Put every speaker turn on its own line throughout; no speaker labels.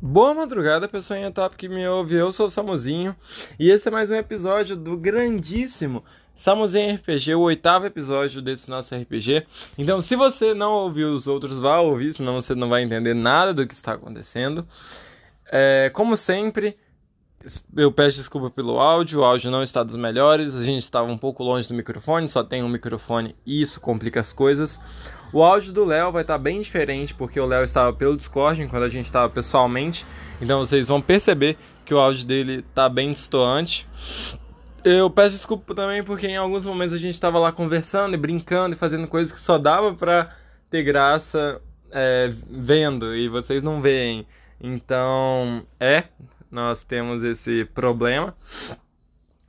Boa madrugada, pessoal em top que me ouve. Eu sou o Samuzinho e esse é mais um episódio do grandíssimo Samuzinho RPG, o oitavo episódio desse nosso RPG. Então, se você não ouviu os outros, vá ouvir, senão você não vai entender nada do que está acontecendo. É, como sempre, eu peço desculpa pelo áudio, o áudio não está dos melhores, a gente estava um pouco longe do microfone, só tem um microfone e isso complica as coisas. O áudio do Léo vai estar bem diferente, porque o Léo estava pelo Discord enquanto a gente estava pessoalmente, então vocês vão perceber que o áudio dele está bem distoante. Eu peço desculpa também porque em alguns momentos a gente estava lá conversando e brincando e fazendo coisas que só dava para ter graça é, vendo e vocês não veem. Então, é, nós temos esse problema.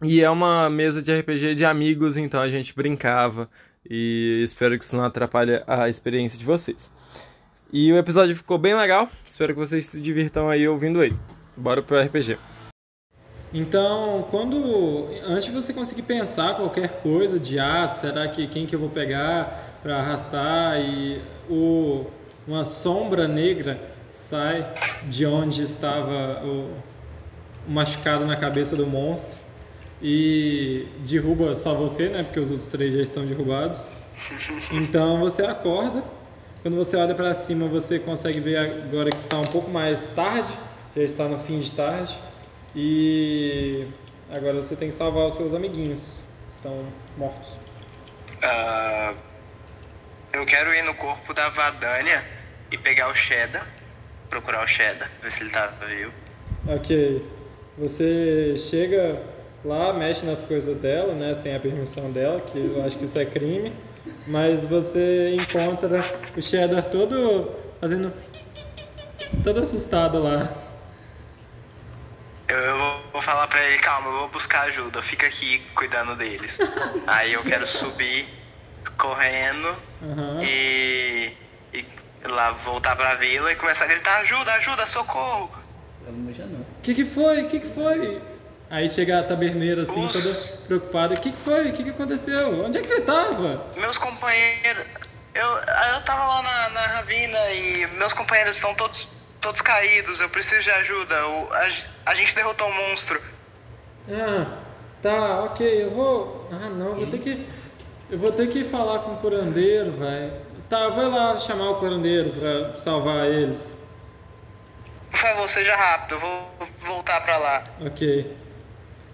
E é uma mesa de RPG de amigos, então a gente brincava e espero que isso não atrapalhe a experiência de vocês. E o episódio ficou bem legal, espero que vocês se divirtam aí ouvindo ele. Bora pro RPG.
Então, quando antes de você conseguir pensar qualquer coisa de ah, será que quem que eu vou pegar para arrastar e o uma sombra negra sai de onde estava o, o machucado na cabeça do monstro e derruba só você, né? Porque os outros três já estão derrubados. Então você acorda. Quando você olha para cima, você consegue ver agora que está um pouco mais tarde, já está no fim de tarde. E agora você tem que salvar os seus amiguinhos, que estão mortos.
Ah, eu quero ir no corpo da Vadania e pegar o Sheda. Procurar o Sheda, ver se ele tá vivo.
Ok. Você chega lá, mexe nas coisas dela, né? Sem a permissão dela, que eu acho que isso é crime. Mas você encontra o Cheddar todo fazendo. todo assustado lá.
Eu, eu vou- vou falar pra ele, calma, eu vou buscar ajuda, fica aqui cuidando deles. Aí eu quero subir correndo
Aham.
e, e lá voltar pra vila e começar a gritar, ajuda, ajuda, socorro!
Eu não já não.
Que que foi? Que que foi? Aí chega a taberneira assim,
Nossa.
toda preocupada. Que que foi? Que que aconteceu? Onde é que você tava?
Meus companheiros. Eu, eu tava lá na, na ravina e meus companheiros estão todos, todos caídos, eu preciso de ajuda. O, a, ge- a gente derrotou um monstro.
Ah, tá, ok, eu vou. Ah não, eu vou ter que. Eu vou ter que falar com o curandeiro, vai. Tá, eu vou lá chamar o curandeiro pra salvar eles.
Por favor, seja rápido, eu vou voltar pra lá.
Ok.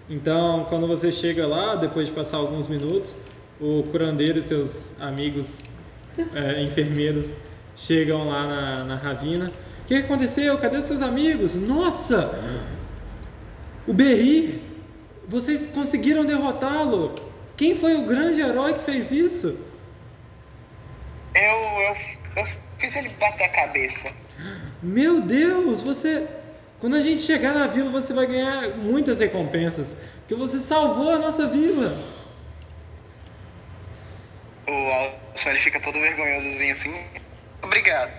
Então, quando você chega lá, depois de passar alguns minutos, o curandeiro e seus amigos é, enfermeiros chegam lá na, na ravina. O que aconteceu? Cadê os seus amigos? Nossa! O Berri! Vocês conseguiram derrotá-lo! Quem foi o grande herói que fez isso?
Eu, eu, eu fiz ele bater a cabeça.
Meu Deus, você. Quando a gente chegar na vila, você vai ganhar muitas recompensas. Porque você salvou a nossa vila!
O Alson ele fica todo vergonhosozinho assim. Obrigado.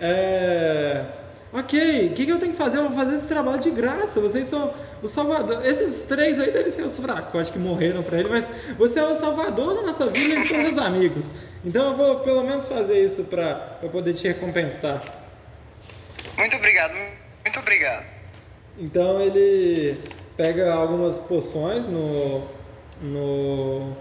É... Ok, o que, que eu tenho que fazer? Eu vou fazer esse trabalho de graça. Vocês são o salvador. Esses três aí devem ser os fracotes que morreram pra ele, mas você é o salvador da nossa vida e são seus amigos. Então eu vou pelo menos fazer isso pra, pra poder te recompensar.
Muito obrigado, muito obrigado.
Então ele pega algumas poções no, no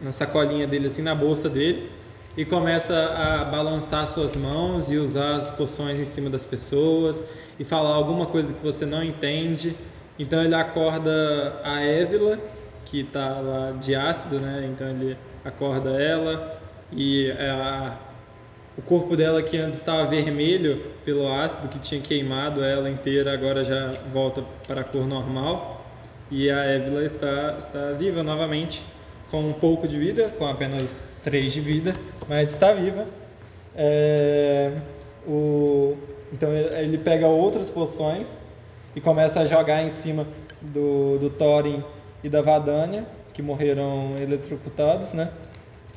na sacolinha dele assim na bolsa dele e começa a balançar suas mãos e usar as poções em cima das pessoas e falar alguma coisa que você não entende. Então ele acorda a Évila que tá lá de ácido, né? Então ele acorda ela e a o corpo dela que antes estava vermelho pelo ácido que tinha queimado ela inteira, agora já volta para a cor normal. E a Évila está, está viva novamente, com um pouco de vida, com apenas 3 de vida, mas está viva. É, o, então ele ele pega outras poções e começa a jogar em cima do, do Thorin e da Vadania, que morreram eletrocutados, né?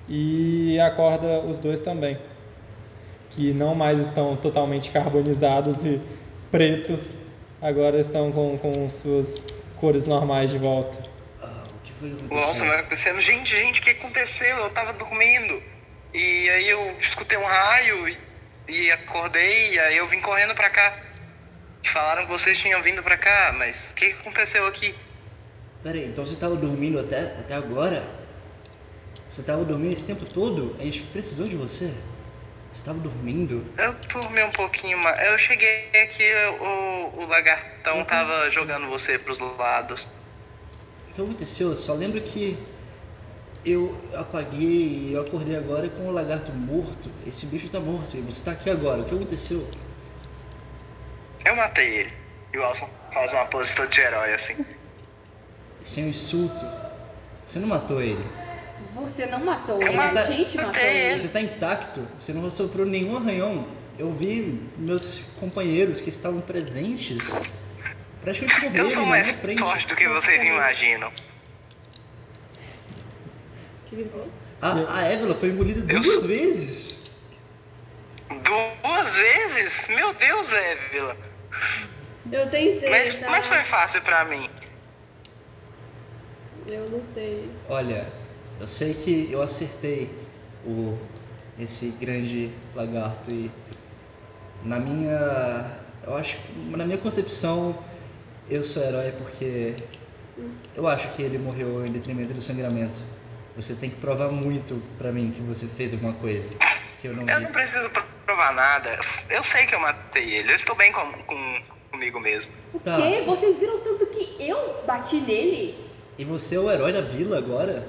E acorda os dois também que não mais estão totalmente carbonizados e pretos, agora estão com, com suas cores normais de volta.
Ah, o que foi que aconteceu?
Nossa, mas acontecendo. Gente, gente, o que aconteceu? Eu tava dormindo. E aí eu escutei um raio e e acordei, e aí eu vim correndo pra cá. Falaram que vocês tinham vindo pra cá, mas o que que aconteceu aqui?
Pera aí, então você tava dormindo até, até agora? Você tava dormindo esse tempo todo? A gente precisou de você? Você tava dormindo?
Eu dormi um pouquinho, mas eu cheguei aqui, o, o lagartão tava jogando você pros lados.
O que aconteceu? Eu só lembro que eu apaguei e eu acordei agora com o lagarto morto. Esse bicho tá morto e você tá aqui agora. O que aconteceu?
Eu matei ele. E o Alson faz uma pose todo de herói, assim.
Sem um insulto. Você não matou ele.
Você não matou
Eu
ele,
matei-
a gente matou
matei
ele.
Você tá intacto. Você não sofreu nenhum arranhão. Eu vi meus companheiros que estavam presentes. Praticamente morreram
Eu Então sou
na
mais
minha frente.
forte do que vocês imaginam.
Que vingou?
A, a Evelyn foi engolida
Eu-
duas vezes.
Duas vezes? Meu Deus, Évila.
Eu tentei,
Mas,
tá?
mas foi fácil pra mim.
Eu lutei.
Olha, eu sei que eu acertei o esse grande lagarto e na minha, eu acho, na minha concepção, eu sou herói porque eu acho que ele morreu em detrimento do sangramento. Você tem que provar muito pra mim que você fez alguma coisa que eu não
Eu não
vi.
preciso pro- provar nada. Eu sei que eu matei ele. Eu estou bem com, com- comigo mesmo.
O
Tá.
quê? Vocês viram tanto que eu bati nele?
E você é o herói da vila agora?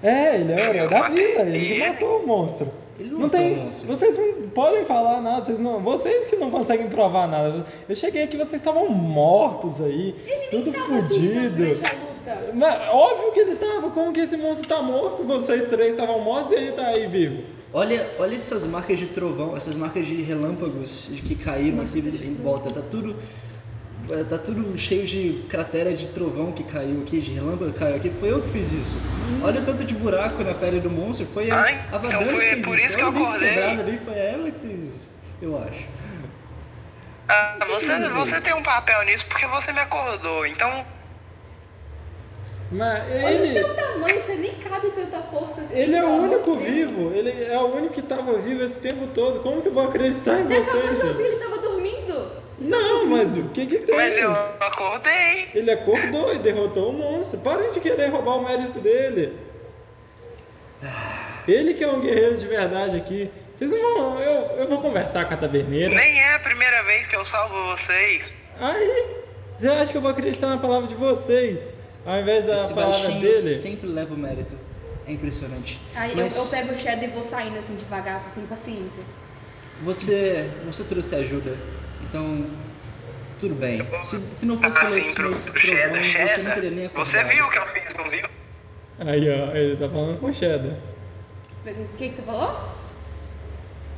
É, ele é o herói da
Matei
vila, ele que
ele.
matou o monstro.
Ele não,
Não
matou o
tem,
monstro.
vocês não podem falar nada, vocês não, vocês que não conseguem provar nada. Eu cheguei aqui, vocês estavam mortos aí, tudo
é
fudido.
Durante a luta.
Mas, óbvio que ele tava, como que esse monstro tá morto? Vocês três estavam mortos e ele tá aí vivo.
Olha, olha essas marcas de trovão, essas marcas de relâmpagos que caíram aqui em volta. Tá tudo, tá tudo cheio de cratera de trovão que caiu aqui, de relâmpago que caiu aqui. Foi eu que fiz isso. Olha o tanto de buraco na pele do monstro. Foi a,
Ai,
a Vadana
então foi
que fez
por
isso.
isso que
Olha
eu
o bicho
acordei.
quebrado ali, foi ela que fez isso. Eu acho.
Ah,
que
você,
que é
você
isso?
tem um papel nisso porque você me acordou. Então,
Mas
Olha o
ele,
seu tamanho, você nem cabe tanta força assim.
ele é o
pelo amor
único
de Deus.
vivo, ele é o único que tava vivo esse tempo todo. Como que eu vou acreditar em
Você acabou
vocês,
de ouvir,
gente?
ele tava dormindo.
Não, mas o que que tem?
mas eu
Hum.
acordei.
Ele acordou e derrotou o monstro. Parem de querer roubar o mérito dele. Ele que é um guerreiro de verdade aqui. Vocês não vão. Eu, eu vou conversar com a taberneira.
Nem é a primeira vez que eu salvo vocês.
Aí, você acha que eu vou acreditar na palavra de vocês? Ao invés da
Esse
palavra
baixinho
é dele?
sempre leva o mérito. É impressionante.
Aí
Mas-
eu, eu pego o Shadow e vou saindo assim devagar, sem paciência.
Você, você trouxe ajuda, então tudo bem. Se, se não fosse
Ah,
pelos
sim, pro-
meus
pro Cheddar,
trovões, você não
Cheddar.
teria nem acordado.
Você viu o que eu fiz, não viu?
Aí, ó, ele tá falando com o Shadow.
O que, que você falou?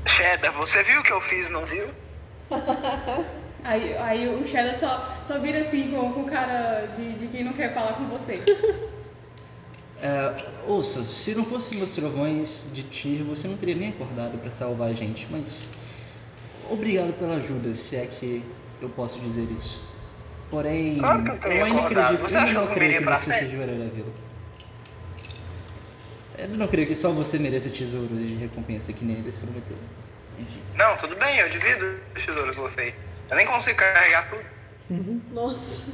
Cheddar, você viu o que eu fiz, não viu?
Aí, aí o Shadow só, só vira assim com, com cara de, de quem não quer falar com você.
É, ouça, se não fosse meus trovões de tiro, você não teria nem acordado pra salvar a gente, mas obrigado pela ajuda, se é que eu posso dizer isso. Porém,
Claro que eu teria
ainda
acordado.
acredito,
Você
eu
acha que
não
eu
creio
comeria
que
pra
você
sempre?
seja o herói da vila. Eu não creio que só você mereça tesouros de recompensa que nem eles prometeram. Enfim.
Não, tudo bem, eu divido os tesouros com vocês. Eu nem consigo carregar tudo.
Nossa.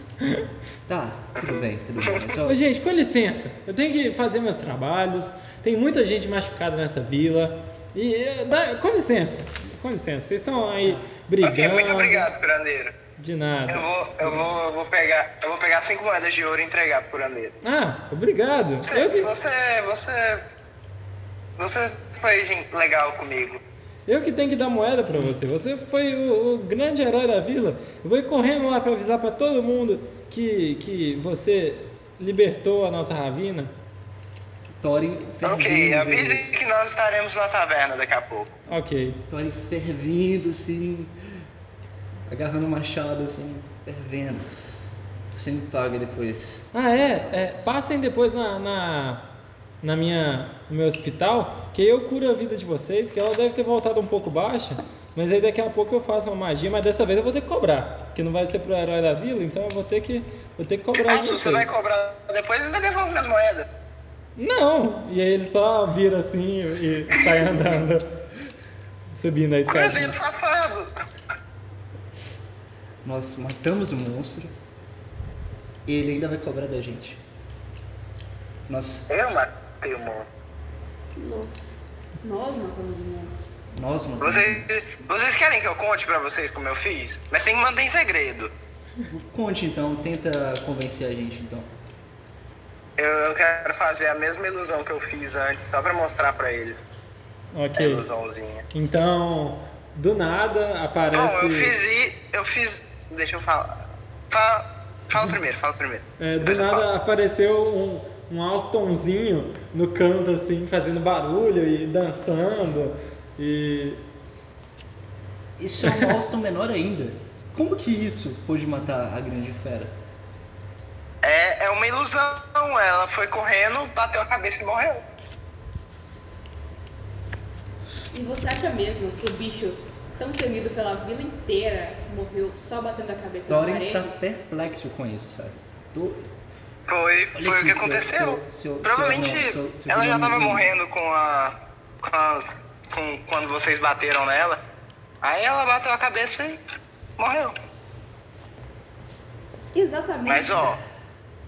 Tá,
Uhum.
tudo bem, tudo bem. Eu só-
Ô, gente, com licença, eu tenho que fazer meus trabalhos. Tem muita gente machucada nessa vila. E. eh, dá- com licença, com licença, vocês estão aí brigando.
Ok, muito obrigado, curandeiro.
De nada.
Eu vou, eu vou, eu vou pegar, eu vou pegar cinco moedas de ouro e entregar pro curandeiro.
Ah, obrigado.
Você,
Eu que,
você, você, você foi gen- legal comigo.
eu que tenho que dar moeda pra você. Você foi o, o grande herói da vila. Eu vou ir correndo lá pra avisar pra todo mundo que, que você libertou a nossa Ravina.
Thorin fervido.
ok,
vendo
avisem
isso.
que nós estaremos na taverna daqui a pouco.
Ok.
Thorin fervido, assim. Agarrando o machado, assim, fervendo. Você me paga depois.
Ah, é? é, passem depois na, na, na minha, no meu hospital, que eu curo a vida de vocês, que ela deve ter voltado um pouco baixa. Mas aí daqui a pouco eu faço uma magia, mas dessa vez eu vou ter que cobrar. Porque não vai ser pro herói da vila, então eu vou ter que, vou ter que cobrar
Ah,
de
se
vocês.
você vai cobrar depois, me devolve minhas moedas.
Não! E aí ele só vira assim e sai andando. subindo a
Meu
escada.
Deus, safado.
Nós matamos o monstro e ele ainda vai cobrar da gente. Nós,
Eu matei o monstro.
Nossa. Nós matamos o monstro.
nós matamos.
Vocês, vocês querem que eu conte pra vocês como eu fiz? Mas tem que manter em segredo.
Conte então, tenta convencer a gente então.
Eu, eu quero fazer a mesma ilusão que eu fiz antes, só pra mostrar pra eles. A
Ok.
ilusãozinha.
Então, do nada
Bom,
aparece.
eu fiz e. Eu fiz. Deixa eu falar. Fala, fala primeiro, fala primeiro.
É, do
Depois eu
nada
falo.
apareceu um, um Alstonzinho no canto, assim, fazendo barulho e dançando. E.
Isso é um monstro menor ainda. Como que isso pôde matar a grande fera?
É, é uma ilusão. Ela foi correndo, bateu a cabeça e morreu.
E você acha mesmo que o bicho tão temido pela vila inteira morreu só batendo a cabeça na
Thorin
parede?
tá perplexo com isso, sabe? Tô-
Foi,
Olha
foi o
aqui,
que
seu-
aconteceu.
seu- seu-
Provavelmente
seu- não, seu- seu
ela já tava
gnomezinho.
morrendo com a. com as. com quando vocês bateram nela. Aí ela bateu a cabeça e morreu.
Exatamente.
Mas ó,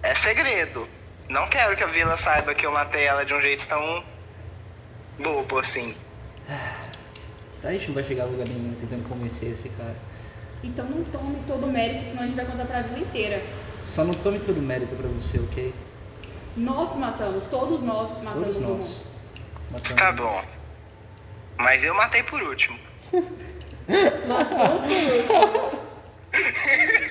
é segredo. Não quero que a vila saiba que eu matei ela de um jeito tão bobo assim.
Tá, A gente não vai chegar a lugar nenhum tentando convencer esse cara.
Então não tome todo o mérito, senão a gente vai contar pra vila inteira.
Só não tome todo o mérito pra você, ok?
Nós matamos, todos nós
Todos
matamos o
nós.
monstro.
Matamos.
Tá bom. Mas eu matei por último.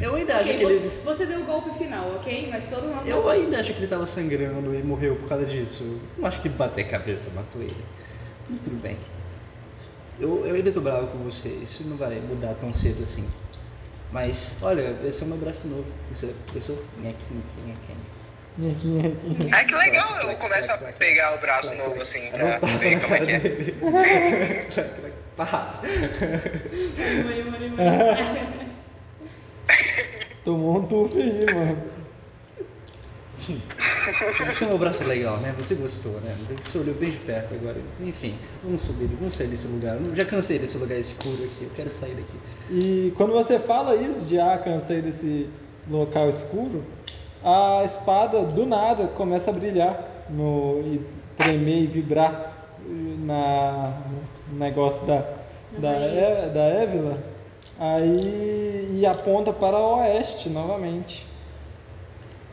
Eu ainda acho
Ok,
que
você,
ele.
você deu o golpe final, ok? Mas todo mundo.
Eu ainda acho que ele tava sangrando e morreu por causa disso. Não acho que bater a cabeça matou ele. Mas tudo bem. Eu, eu ainda tô bravo com você. Isso não vai mudar tão cedo assim. Mas, olha, esse é o meu braço novo. Você pensou? Nheque, nheque, nheque.
Ai É que legal, eu começo a pegar o braço novo assim pra
Não tá. tapa
ver
na
como é
cara
que é.
dele. Pá.
Mãe, mãe, mãe.
Tomou um tufo aí, mano.
Esse é um braço legal, né? Você gostou, né? Você olhou bem de perto agora. Enfim, vamos subir, vamos sair desse lugar. Eu já cansei desse lugar escuro aqui, eu quero sair daqui.
E quando você fala isso de ah, cansei desse local escuro, a espada do nada começa a brilhar no, e tremer e vibrar eh, na, no negócio da, da, é, da Évila. Aí e aponta para o oeste novamente.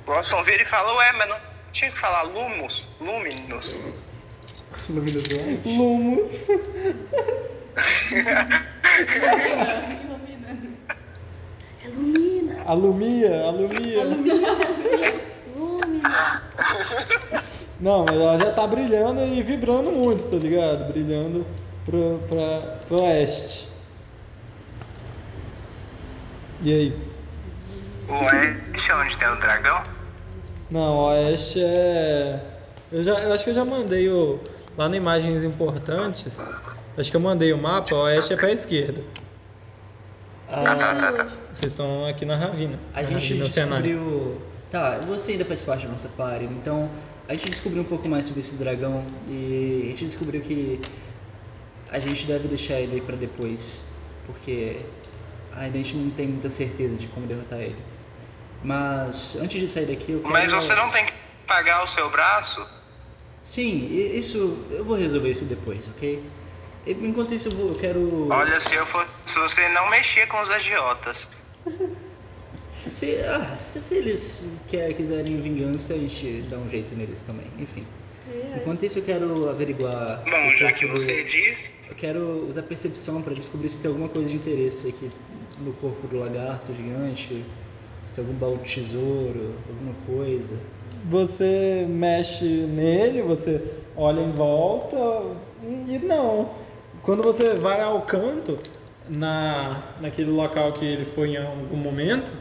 O Watson vira e fala, ué, mas não tinha que falar Lumos? Luminus?
Lumos.
Iluminando.
Alumia, alumia.
Lúmina.
Não, mas ela já tá brilhando e vibrando muito, tá ligado? Brilhando pro, pra, pro oeste. E aí?
Oeste é onde tem o dragão?
Não, oeste é. Eu, já, eu acho que eu já mandei o. Lá na Imagens Importantes, acho que eu mandei o mapa, oeste é pra esquerda. Vocês estão aqui na Ravina.
Ah. A
na
gente
Ravina Oceanária.
descobriu. Tá, você ainda faz parte da nossa party, então a gente descobriu um pouco mais sobre esse dragão e a gente descobriu que a gente deve deixar ele pra depois, porque ainda a gente não tem muita certeza de como derrotar ele. Mas antes de sair daqui, eu quero.
Mas você não tem que pagar o seu braço?
Sim, i- isso eu vou resolver isso depois, ok? E- Enquanto isso, eu, vou, eu quero.
Olha, se eu fosse. Se você não mexia com os agiotas.
Se, ah, se, se eles quer, quiserem vingança, a gente dá um jeito neles também. Enfim. Enquanto isso, eu quero averiguar.
Bom,
um
já
pouco
que
do-
você diz,
Eu quero usar percepção pra descobrir se tem alguma coisa de interesse aqui no corpo do lagarto gigante. Se tem algum baú de tesouro, alguma coisa.
Você mexe nele, você olha em volta e não. Quando você vai ao canto, na, naquele local que ele foi em algum momento,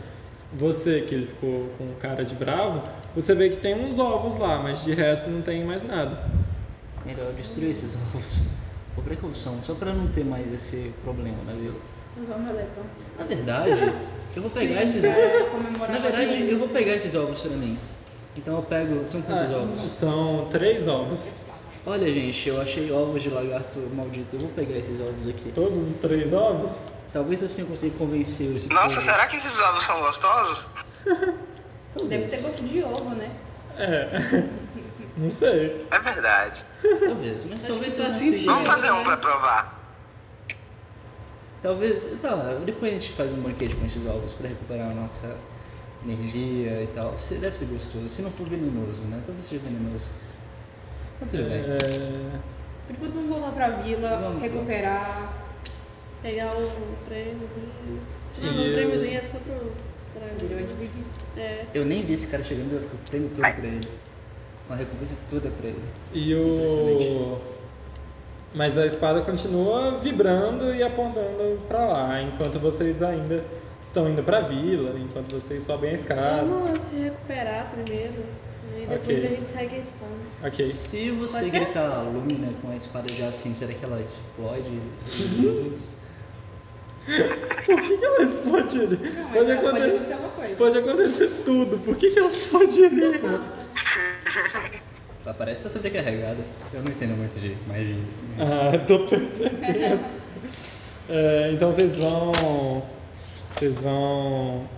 você que ele ficou com um cara de bravo, você vê que tem uns ovos lá, mas de resto não tem mais nada.
Melhor destruir esses ovos. Por precaução, só pra não ter mais esse problema né, na vila.
Nós vamos levantar.
Na verdade, eu vou pegar esses ovos. Na
assim.
verdade, eu vou pegar esses ovos pra mim. Então eu pego. São quantos
Ah,
ovos?
São três ovos.
Olha, gente, eu achei ovos de lagarto maldito. Eu vou pegar esses ovos aqui.
Todos os três ovos?
Talvez assim eu consiga convencer esse
Nossa,
povo.
será que esses ovos são gostosos?
Deve
Talvez.
ter gosto de ovo, né?
É. Não sei.
É verdade.
Talvez, mas
Acho
talvez
que
eu
faz
consiga.
sentido.
Vamos fazer um pra provar.
Talvez. Tá, depois a gente faz um banquete com esses ovos pra recuperar a nossa energia e tal. Se- Deve ser gostoso. Se não for venenoso, né? Talvez seja venenoso. Mas tudo bem.
É,
Por enquanto vamos voltar pra vila,
Vamos,
recuperar, pegar o prêmiozinho.
Sim,
Não, não, o
eu-
prêmiozinho é só pro. Pra melhor dividir. É.
Eu nem vi esse cara chegando, eu fico com o prêmio todo pra ele. Com a recompensa toda pra ele.
E o.
Impressionante.
Mas a espada continua vibrando e apontando pra lá, enquanto vocês ainda estão indo pra vila, enquanto vocês sobem a
Ah.
escada.
Vamos se recuperar primeiro. E depois
Ok.
a gente segue a spawn.
Ok.
Se você
Pode ser?
gritar Lumina com a espada já assim, será que ela explode?
Uhum.
Por que, que ela explode ali?
Não, mas é,
pode,
pode, pode
acontecer,
acontecer alguma coisa.
pode acontecer tudo. Por que, que ela explode ali?
ela parece estar sobrecarregada. Eu não entendo muito de magia assim.
Ah, tô percebendo. É, então vocês vão. Vocês vão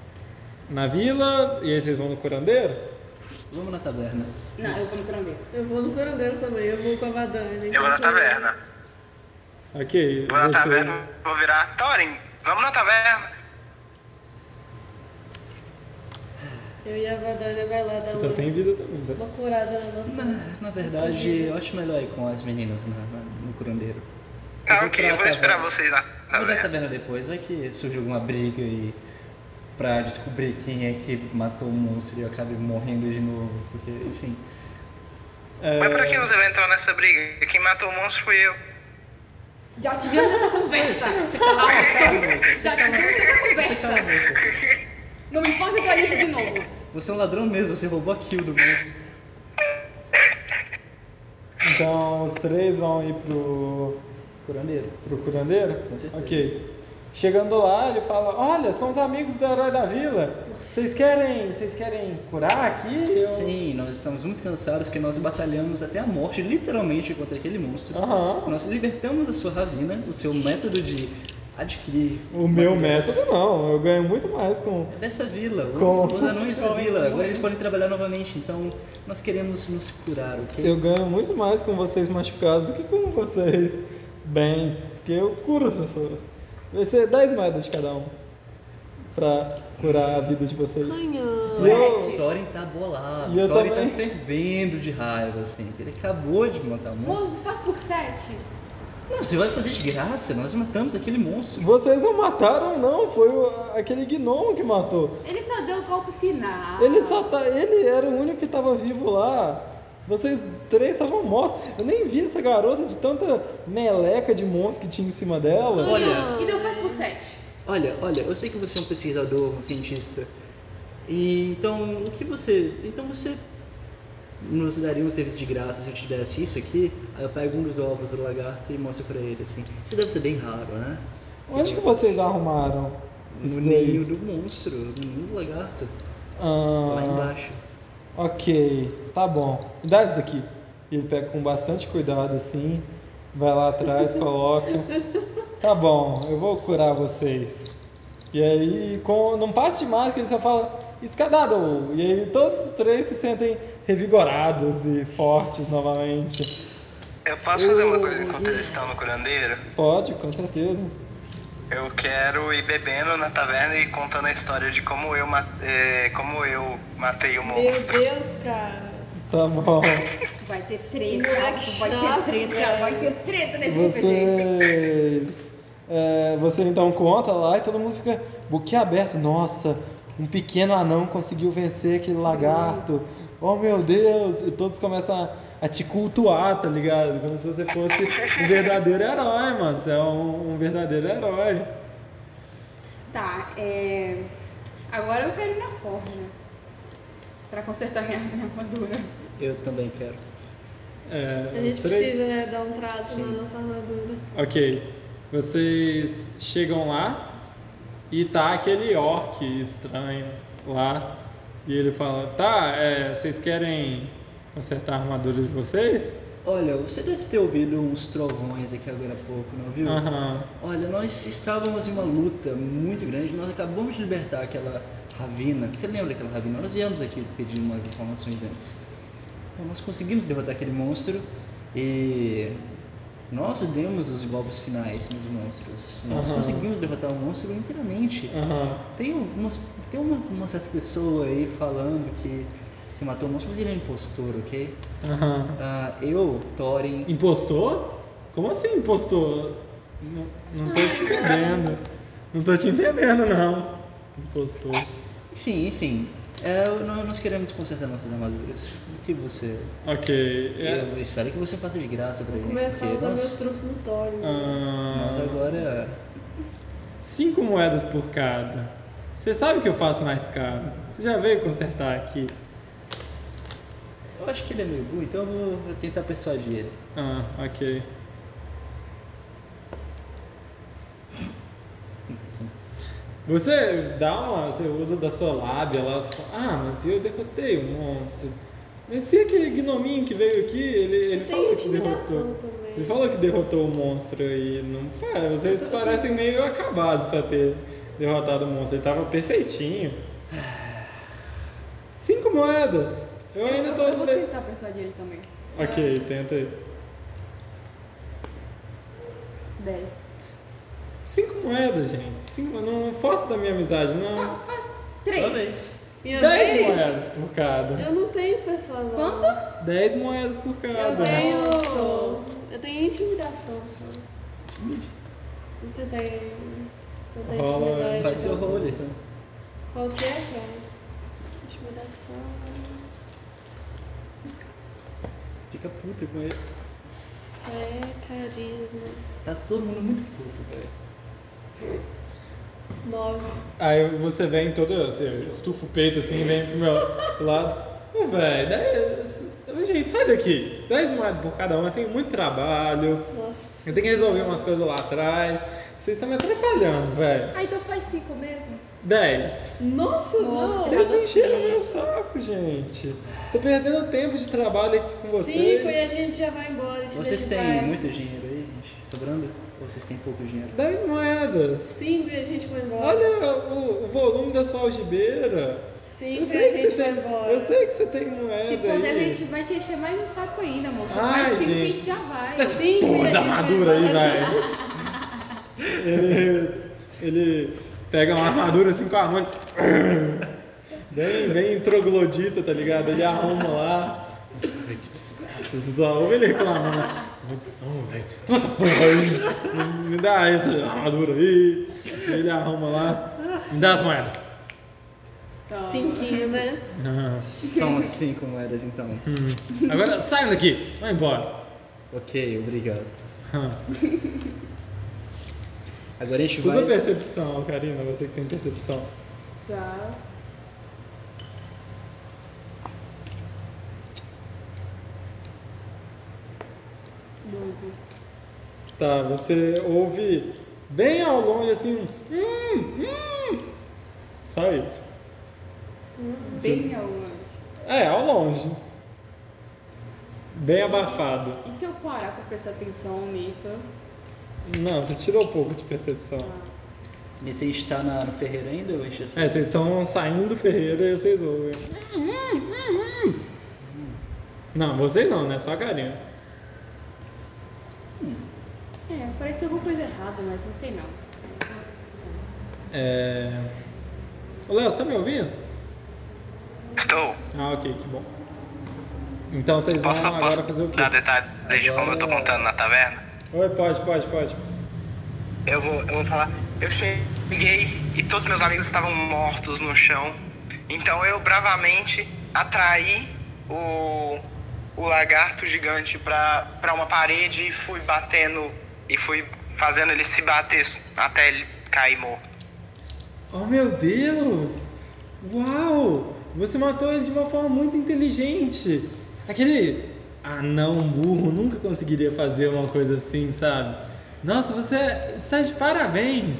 na vila e aí vocês vão no curandeiro?
Vamos na taberna.
Não, eu vou no curandeiro.
Eu vou no curandeiro também, eu vou com a Vadane.
Eu vou na taverna.
Ok.
Vou na
você-
taverna, vou virar. Thorin, vamos na taverna.
Eu e a Vadane vai lá dar
Você tá
uma,
sem vida também, Zé.
uma curada na nossa.
Na, na verdade, eu acho melhor ir com as meninas na- na- no curandeiro.
Tá,
vou
ok,
pra
eu vou esperar é.
taverna.
vocês tá na
Vou na
taverna.
taberna depois, vai que surge alguma briga e. pra descobrir quem é que matou o monstro e eu acabe morrendo de novo, porque, enfim.
Mas pra que você vai entrar nessa briga? Quem matou o monstro fui eu.
Já tivemos essa conversa! "Ah,
Você cala a boca, você
Já
cala a boca,
tivemos essa
você cala a
conversa!
boca.
Não me posso entrar nisso de novo!
Você é um ladrão mesmo, você roubou a kill do monstro.
Então os três vão ir pro.
Curandeiro.
pro curandeiro?
Com certeza.
Ok. Chegando lá, ele fala, olha, são os amigos do herói da vila. Vocês querem. Vocês querem curar aqui? Eu-
Sim, nós estamos muito cansados porque nós batalhamos até a morte, literalmente, contra aquele monstro.
Aham.
Nós libertamos a sua ravina, o seu método de adquirir.
O meu
materiais
método não, eu ganho muito mais com.
Dessa vila, os,
Com-
os anões dessa vila, agora eles podem trabalhar novamente, então nós queremos nos curar, ok?
Eu ganho muito mais com vocês machucados do que com vocês bem, porque eu curo as pessoas. Vai ser 10 moedas de cada um pra curar a vida de vocês.
Canhão.
E eu-
O Thorin tá bolado,
E eu
o Thorin
também.
tá fervendo de raiva, assim, porque ele acabou de matar o monstro.
Moço, faz por sete!
Não, você vai fazer de graça, nós matamos aquele monstro.
Vocês não mataram, não, foi o- aquele gnomo que matou.
Ele só deu o golpe final.
Ele só tá. Ele era o único que tava vivo lá. Vocês três estavam mortos. Eu nem vi essa garota de tanta meleca de monstro que tinha em cima dela.
Olha.
Então faz por sete.
Olha, olha, eu sei que você é um pesquisador, um cientista. E então, o que você. Então você nos daria um serviço de graça se eu te desse isso aqui? Aí eu pego um dos ovos do lagarto e mostro pra ele, assim. Isso deve ser bem raro, né?
Onde que vocês arrumaram?
No
isso
ninho
daí?
do monstro, no ninho do lagarto. Lá
Ah,
embaixo.
ok, tá bom. Me dá isso daqui. E Ele pega com bastante cuidado assim. Vai lá atrás, coloca. Tá bom, eu vou curar vocês. E aí, com, não passa de máscara, ele só fala escadado! E aí todos os três se sentem revigorados e fortes novamente.
Eu posso fazer uma coisa enquanto eles estão no curandeiro?
Pode, com certeza.
Eu quero ir bebendo na taverna e contando a história de como eu, ma- eh, como eu matei o
Meu
monstro.
Deus, cara.
Tá bom.
Vai ter treta,
Moleque
vai
chato,
ter treta,
cara.
vai ter treta nesse RPG.
Vocês. é, você então conta lá e todo mundo fica boquiaberto. Nossa, um pequeno anão conseguiu vencer aquele lagarto. Oh meu Deus! E todos começam a, a te cultuar, tá ligado? Como se você fosse um verdadeiro herói, mano. Você é um, um verdadeiro herói.
Tá, é... Agora eu quero ir na forja. Pra consertar minha, minha armadura.
Eu também quero.
É,
A gente
os três.
precisa, né, dar um trato na nossa armadura.
Ok. Vocês chegam lá e tá aquele orc estranho lá. E ele fala, tá, é, vocês querem consertar a armadura de vocês?
Olha, você deve ter ouvido uns trovões aqui agora há pouco, não viu?
Aham.
Olha, nós estávamos em uma luta muito grande, nós acabamos de libertar aquela Ravina. Você lembra daquela Ravina? Nós viemos aqui pedir umas informações antes. Então, nós conseguimos derrotar aquele monstro e nós demos os golpes finais nos monstros. Nós
Aham.
conseguimos derrotar o monstro inteiramente.
Aham.
Tem, umas, tem uma, uma certa pessoa aí falando que, que matou o monstro, mas ele é um impostor, ok?
Aham.
Ah, eu, Thorin,
Impostor? Como assim impostor? Não, não tô te entendendo. Não tô te entendendo, não. Impostor.
enfim, enfim. É, eu- nó- nós queremos consertar nossas armaduras. O que você.
Ok. é-
Eu espero que você faça de graça pra gente.
Começar a
Porque
usar meus
nós,
truques no Thorin.
Ah,
nós agora.
Cinco moedas por cada. Você sabe que eu faço mais caro. Você já veio consertar aqui.
Eu acho que ele é meio burro, então eu vou tentar persuadir ele.
Ah, ok.
Assim,
Você dá uma. Você usa da sua lábia lá, você fala, ah, mas eu derrotei o monstro. Mas se aquele gnominho que veio aqui, ele, ele
Tem
falou que
intimidação
derrotou.
também.
Ele falou que derrotou o monstro e não. Cara, vocês parecem meio acabados pra ter derrotado o monstro. Ele tava perfeitinho. Cinco moedas! Eu ainda tô.
Eu vou tentar persuadir ele também.
Ok, tenta aí.
10.
Cinco moedas, gente. Cinco, não, não força da minha amizade, não.
Só faz
É
Uma
3.
vez.
Minha
Dez
vez?
moedas por cada.
Eu não tenho persuasão.
Quanto?
Dez moedas por
Eu
cada.
tenho. Eu tenho intimidação só. Não tentei. Não tem
Rola,
intimidade.
Faz seu então.
não.
role.
Qual que é, cara? Intimidação.
Fica puto com ele.
É carisma.
Tá todo mundo muito puto, velho.
Nove.
Aí você vem todo, você estufa o peito assim, vem pro meu lado. Ô, velho, dez- gente, sai daqui. Dez moedas por cada um, eu tenho muito trabalho.
Nossa.
Eu tenho que resolver umas coisas lá atrás. Vocês estão me atrapalhando, velho.
Ah, então faz 5 mesmo?
Dez.
Nossa,
Nossa,
não.
Vocês encheram
assim-
meu saco, gente. Tô perdendo tempo de trabalho aqui com vocês.
Cinco e a gente já vai embora. a gente
Vocês
deixa
têm
em paz.
muito dinheiro aí, gente? Sobrando? Ou vocês têm pouco dinheiro?
Dez moedas.
Cinco e a gente vai embora.
Olha o, o volume da sua algibeira.
Cinco
Eu
e
sei,
a
que você
gente vai
tem,
embora.
eu sei que você tem moeda
Se for 10,
aí.
a gente vai te encher mais um saco ainda, moço.
É, Ai,
faz 5
gente.
que a gente já vai.
Cinco e a
é
Porra,
gente
essa
vai
armadura aí,
embora.
velho. Ele, ele pega uma armadura assim com a mão. Bem, bem troglodita, tá ligado? Ele arruma lá. Nossa, velho, que desgraça. Você só ouve ele reclamando. Maldição, velho. Toma essa porra aí. Me dá essa armadura aí. Ele arruma lá. Me dá as moedas.
Então,
Cinquinho, né?
Ah,
São as cinco moedas então.
hum. Agora saiam daqui. Vai embora.
Ok, obrigado.
Ah.
Agora a gente
Usa
vai.
percepção, Karina, você que tem percepção.
Tá. Doze.
Tá, você ouve bem ao longe assim um. Hum, hum. Só isso.
Bem ao longe.
É, ao longe. Bem abafado.
E se eu parar pra prestar atenção nisso?
Não, você tirou um pouco de percepção.
E Você está na, no Ferreira ainda ou a gente já
É,
saiu?
vocês estão saindo do ferreiro e vocês ouvem. Hum, Não, vocês não, né? Só a Karina.
É, parece ter alguma coisa errada, mas não sei não.
É. Ô, Léo, você tá me ouvindo?
Estou.
Ah, ok, que bom. Então vocês vão
Posso,
agora fazer o
posso
quê?
dar detalhes de como eu tô
Agora-
contando na taverna?
Oi, pode, pode, pode.
Eu vou, eu vou falar. Eu cheguei e todos meus amigos estavam mortos no chão. Então eu bravamente atraí o, o lagarto gigante pra, pra uma parede e fui batendo e fui fazendo ele se bater até ele cair morto.
Oh meu Deus! Uau! Você matou ele de uma forma muito inteligente. Aquele anão burro nunca conseguiria fazer uma coisa assim, sabe? Nossa, você está de parabéns!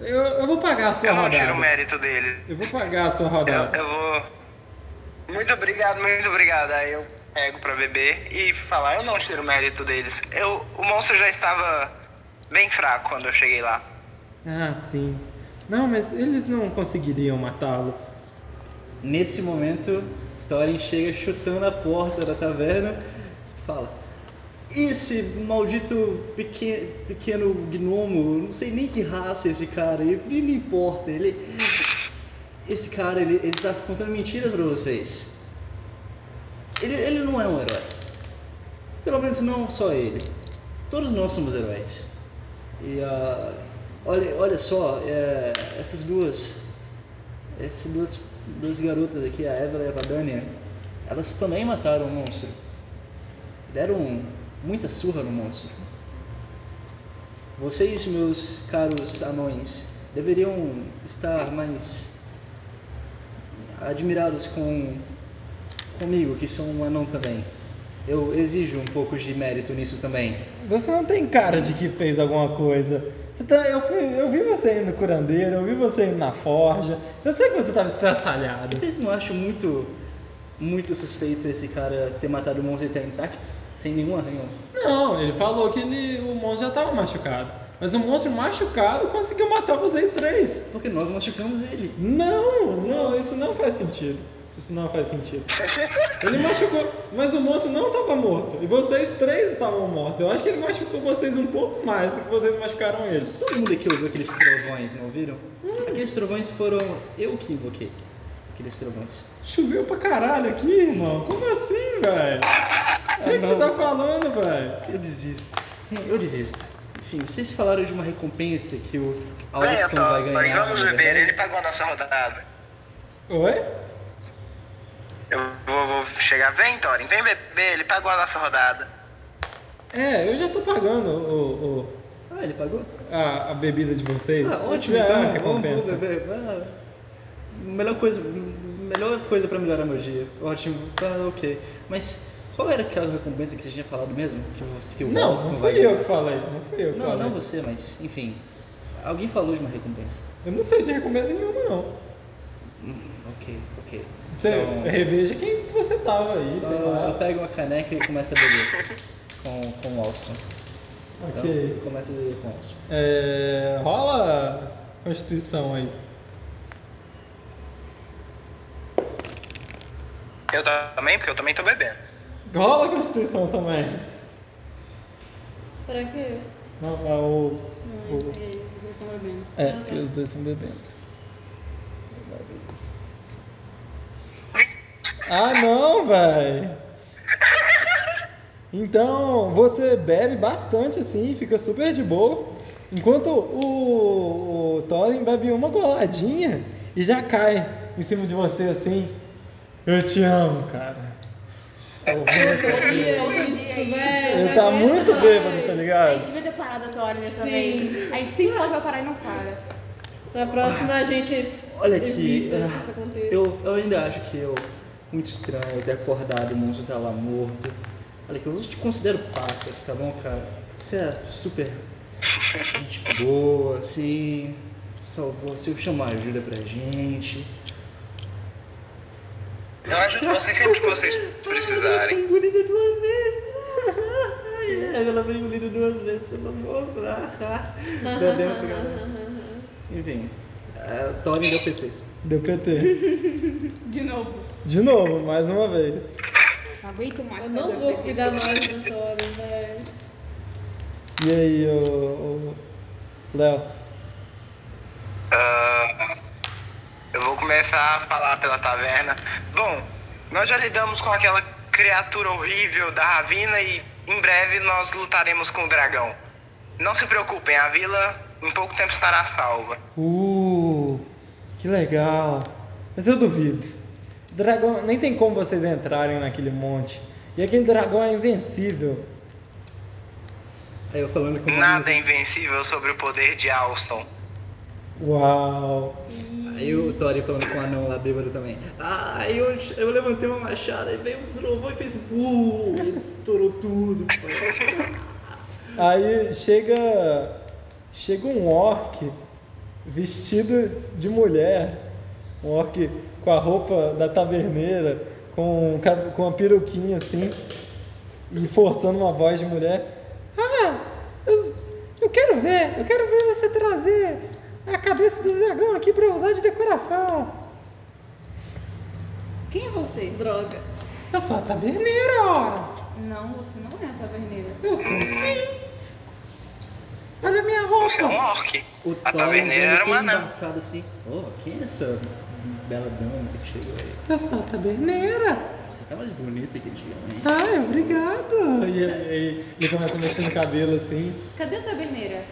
Eu, eu vou pagar a sua
Eu não
rodada.
tiro o mérito dele.
Eu vou pagar a sua
Eu,
rodada.
eu vou. Muito obrigado, muito obrigado. Aí eu pego pra beber e falar, eu não tiro o mérito deles. Eu, o monstro já estava bem fraco quando eu cheguei lá.
Ah, sim. Não, mas eles não conseguiriam matá-lo.
Nesse momento, Thorin chega chutando a porta da taverna e fala: Esse maldito pequeno, pequeno gnomo, não sei nem que raça é esse cara, ele nem me importa, ele. Esse cara, ele, ele tá contando mentira pra vocês. Ele, ele não é um herói. Pelo menos não só ele. Todos nós somos heróis. E ah, olha, olha só, é, essas duas essas duas, duas garotas aqui, a Evelyn e a Vadania, elas também mataram o monstro. Deram muita surra no monstro. Vocês, meus caros anões, deveriam estar mais admirados com comigo, que sou um anão também. Eu exijo um pouco de mérito nisso também.
Você não tem cara de que fez alguma coisa. Você tá- eu, fui- eu vi você indo no curandeiro, eu vi você indo na forja. Eu sei que você tava estraçalhado.
Vocês não acham muito, muito suspeito esse cara ter matado o monstro e estar intacto, sem nenhum arranhão?
Não, ele falou que ele- o monstro já tava machucado. Mas o monstro machucado conseguiu matar vocês três.
Porque nós machucamos ele.
Não, não, isso não faz sentido. Isso não faz sentido. Ele machucou, mas o monstro não estava morto. E vocês três estavam mortos. Eu acho que ele machucou vocês um pouco mais do que vocês machucaram ele.
Todo mundo aqui ouviu aqueles trovões, não ouviram?
Hum.
Aqueles trovões foram eu que invoquei. Aqueles trovões.
Choveu pra caralho aqui, irmão. Como assim, velho? O que, que você tá falando, velho?
Eu desisto. É, Eu desisto. Enfim, vocês falaram de uma recompensa que o
Bem,
Alston
Antônio,
vai
nós
ganhar.
tá.
é
vamos
na
beber,
verdade.
ele pagou a nossa rodada.
Oi?
Eu vou, vou chegar, vem, Thorin, vem beber, ele pagou a nossa rodada.
É, eu já tô pagando o, o-
Ah, ele pagou?
a, a bebida de vocês.
Ah, ótimo,
Isso já é
então.
uma
vamos- vamos
recompensa.
beber. Ah, melhor coisa, melhor coisa pra melhorar meu dia. Ótimo, tá ok. Mas qual era aquela recompensa que você tinha falado mesmo? Que, você, que o
Não,
Alston
não
vai
fui eu
ganhar?
que falei. Não fui eu que
Não,
falei.
não você, mas enfim. Alguém falou de uma recompensa.
Eu não sei de recompensa nenhuma, não.
Hum, ok, ok.
Você é
Então-
reveja quem você tava aí, sei
Então, eu
lá.
pego uma caneca e começo a beber com, com o Alston. Então,
Ok.
começa a beber com o Alston.
É, rola a Constituição aí.
Eu também, porque eu também tô bebendo.
Rola a Constituição também.
Será que.
Não, é o.
Não, eu
é,
peguei, vocês estão bebendo.
É, porque os dois estão bebendo. Ah, não, velho. Então, você bebe bastante assim, fica super de boa. Enquanto o, o Thorin bebe uma goladinha e já cai em cima de você assim. Eu te amo, cara.
Outro dia,
Outro
outro
dia,
dia,
isso.
é velho.
Ele
não
tá
aguento
muito
mais.
bêbado, tá
A
ligado?
gente devia ter parado a tua hora dessa
Sim.
vez. A gente sempre fala que vai parar e não para.
Na próxima a
É
gente.
Olha aqui,
evita que
ah,
isso aconteça.
eu, eu ainda acho que eu. Muito estranho ter acordado, o monstro tava morto. Olha aqui, eu te considero pacas, tá bom, cara? Você é super. gente boa, assim. Salvou, se eu chamar ajuda pra gente.
Eu ajudo vocês sempre que vocês precisarem.
Ela foi engolida duas vezes. Ai, ai, Ela foi engolida duas vezes, eu vou mostrar. Bebendo pra caralho. tá Enfim, é, a Tony deu PT.
Deu PT.
De novo.
De novo, mais uma vez.
Não aguento mais. fazer
Eu não
o
vou
PT.
cuidar mais do Thorin, velho.
E aí, o. Léo?
Ah, eu vou começar a falar pela taverna. Bom, nós já lidamos com aquela criatura horrível da Ravina e em breve nós lutaremos com o dragão. Não se preocupem, a vila em pouco tempo estará salva.
Uh, que legal. Mas eu duvido. Dragão, nem tem como vocês entrarem naquele monte. E aquele dragão é invencível.
Aí eu falando com
Nada é invencível sobre o poder de Alston.
Uau.
Aí o Tori falando com o anão lá bêbado também. Ah, aí eu, eu levantei uma machada e veio um trovão e fez uh, e estourou tudo. Foi.
Aí chega chega um orc vestido de mulher, um orc com a roupa da taverneira, com, o cab- com a peruquinha assim e forçando uma voz de mulher. Ah, eu, eu quero ver, eu quero ver você trazer a cabeça do dragão aqui pra eu usar de decoração.
Quem é você?
Droga.
Eu sou a taberneira, horas.
Não, você não é a taverneira.
Eu sou sim. Olha a minha roupa.
Você é um orc.
O
A
Thor
taverneira
veio
era uma
todo
anã.
embaçado assim. Ô, quem é essa bela dama que chegou aí?
Eu sou a taberneira.
Você tá mais bonita que antigamente.
Ai, obrigado. E aí ele começa a mexer no cabelo assim.
Cadê a taverneira?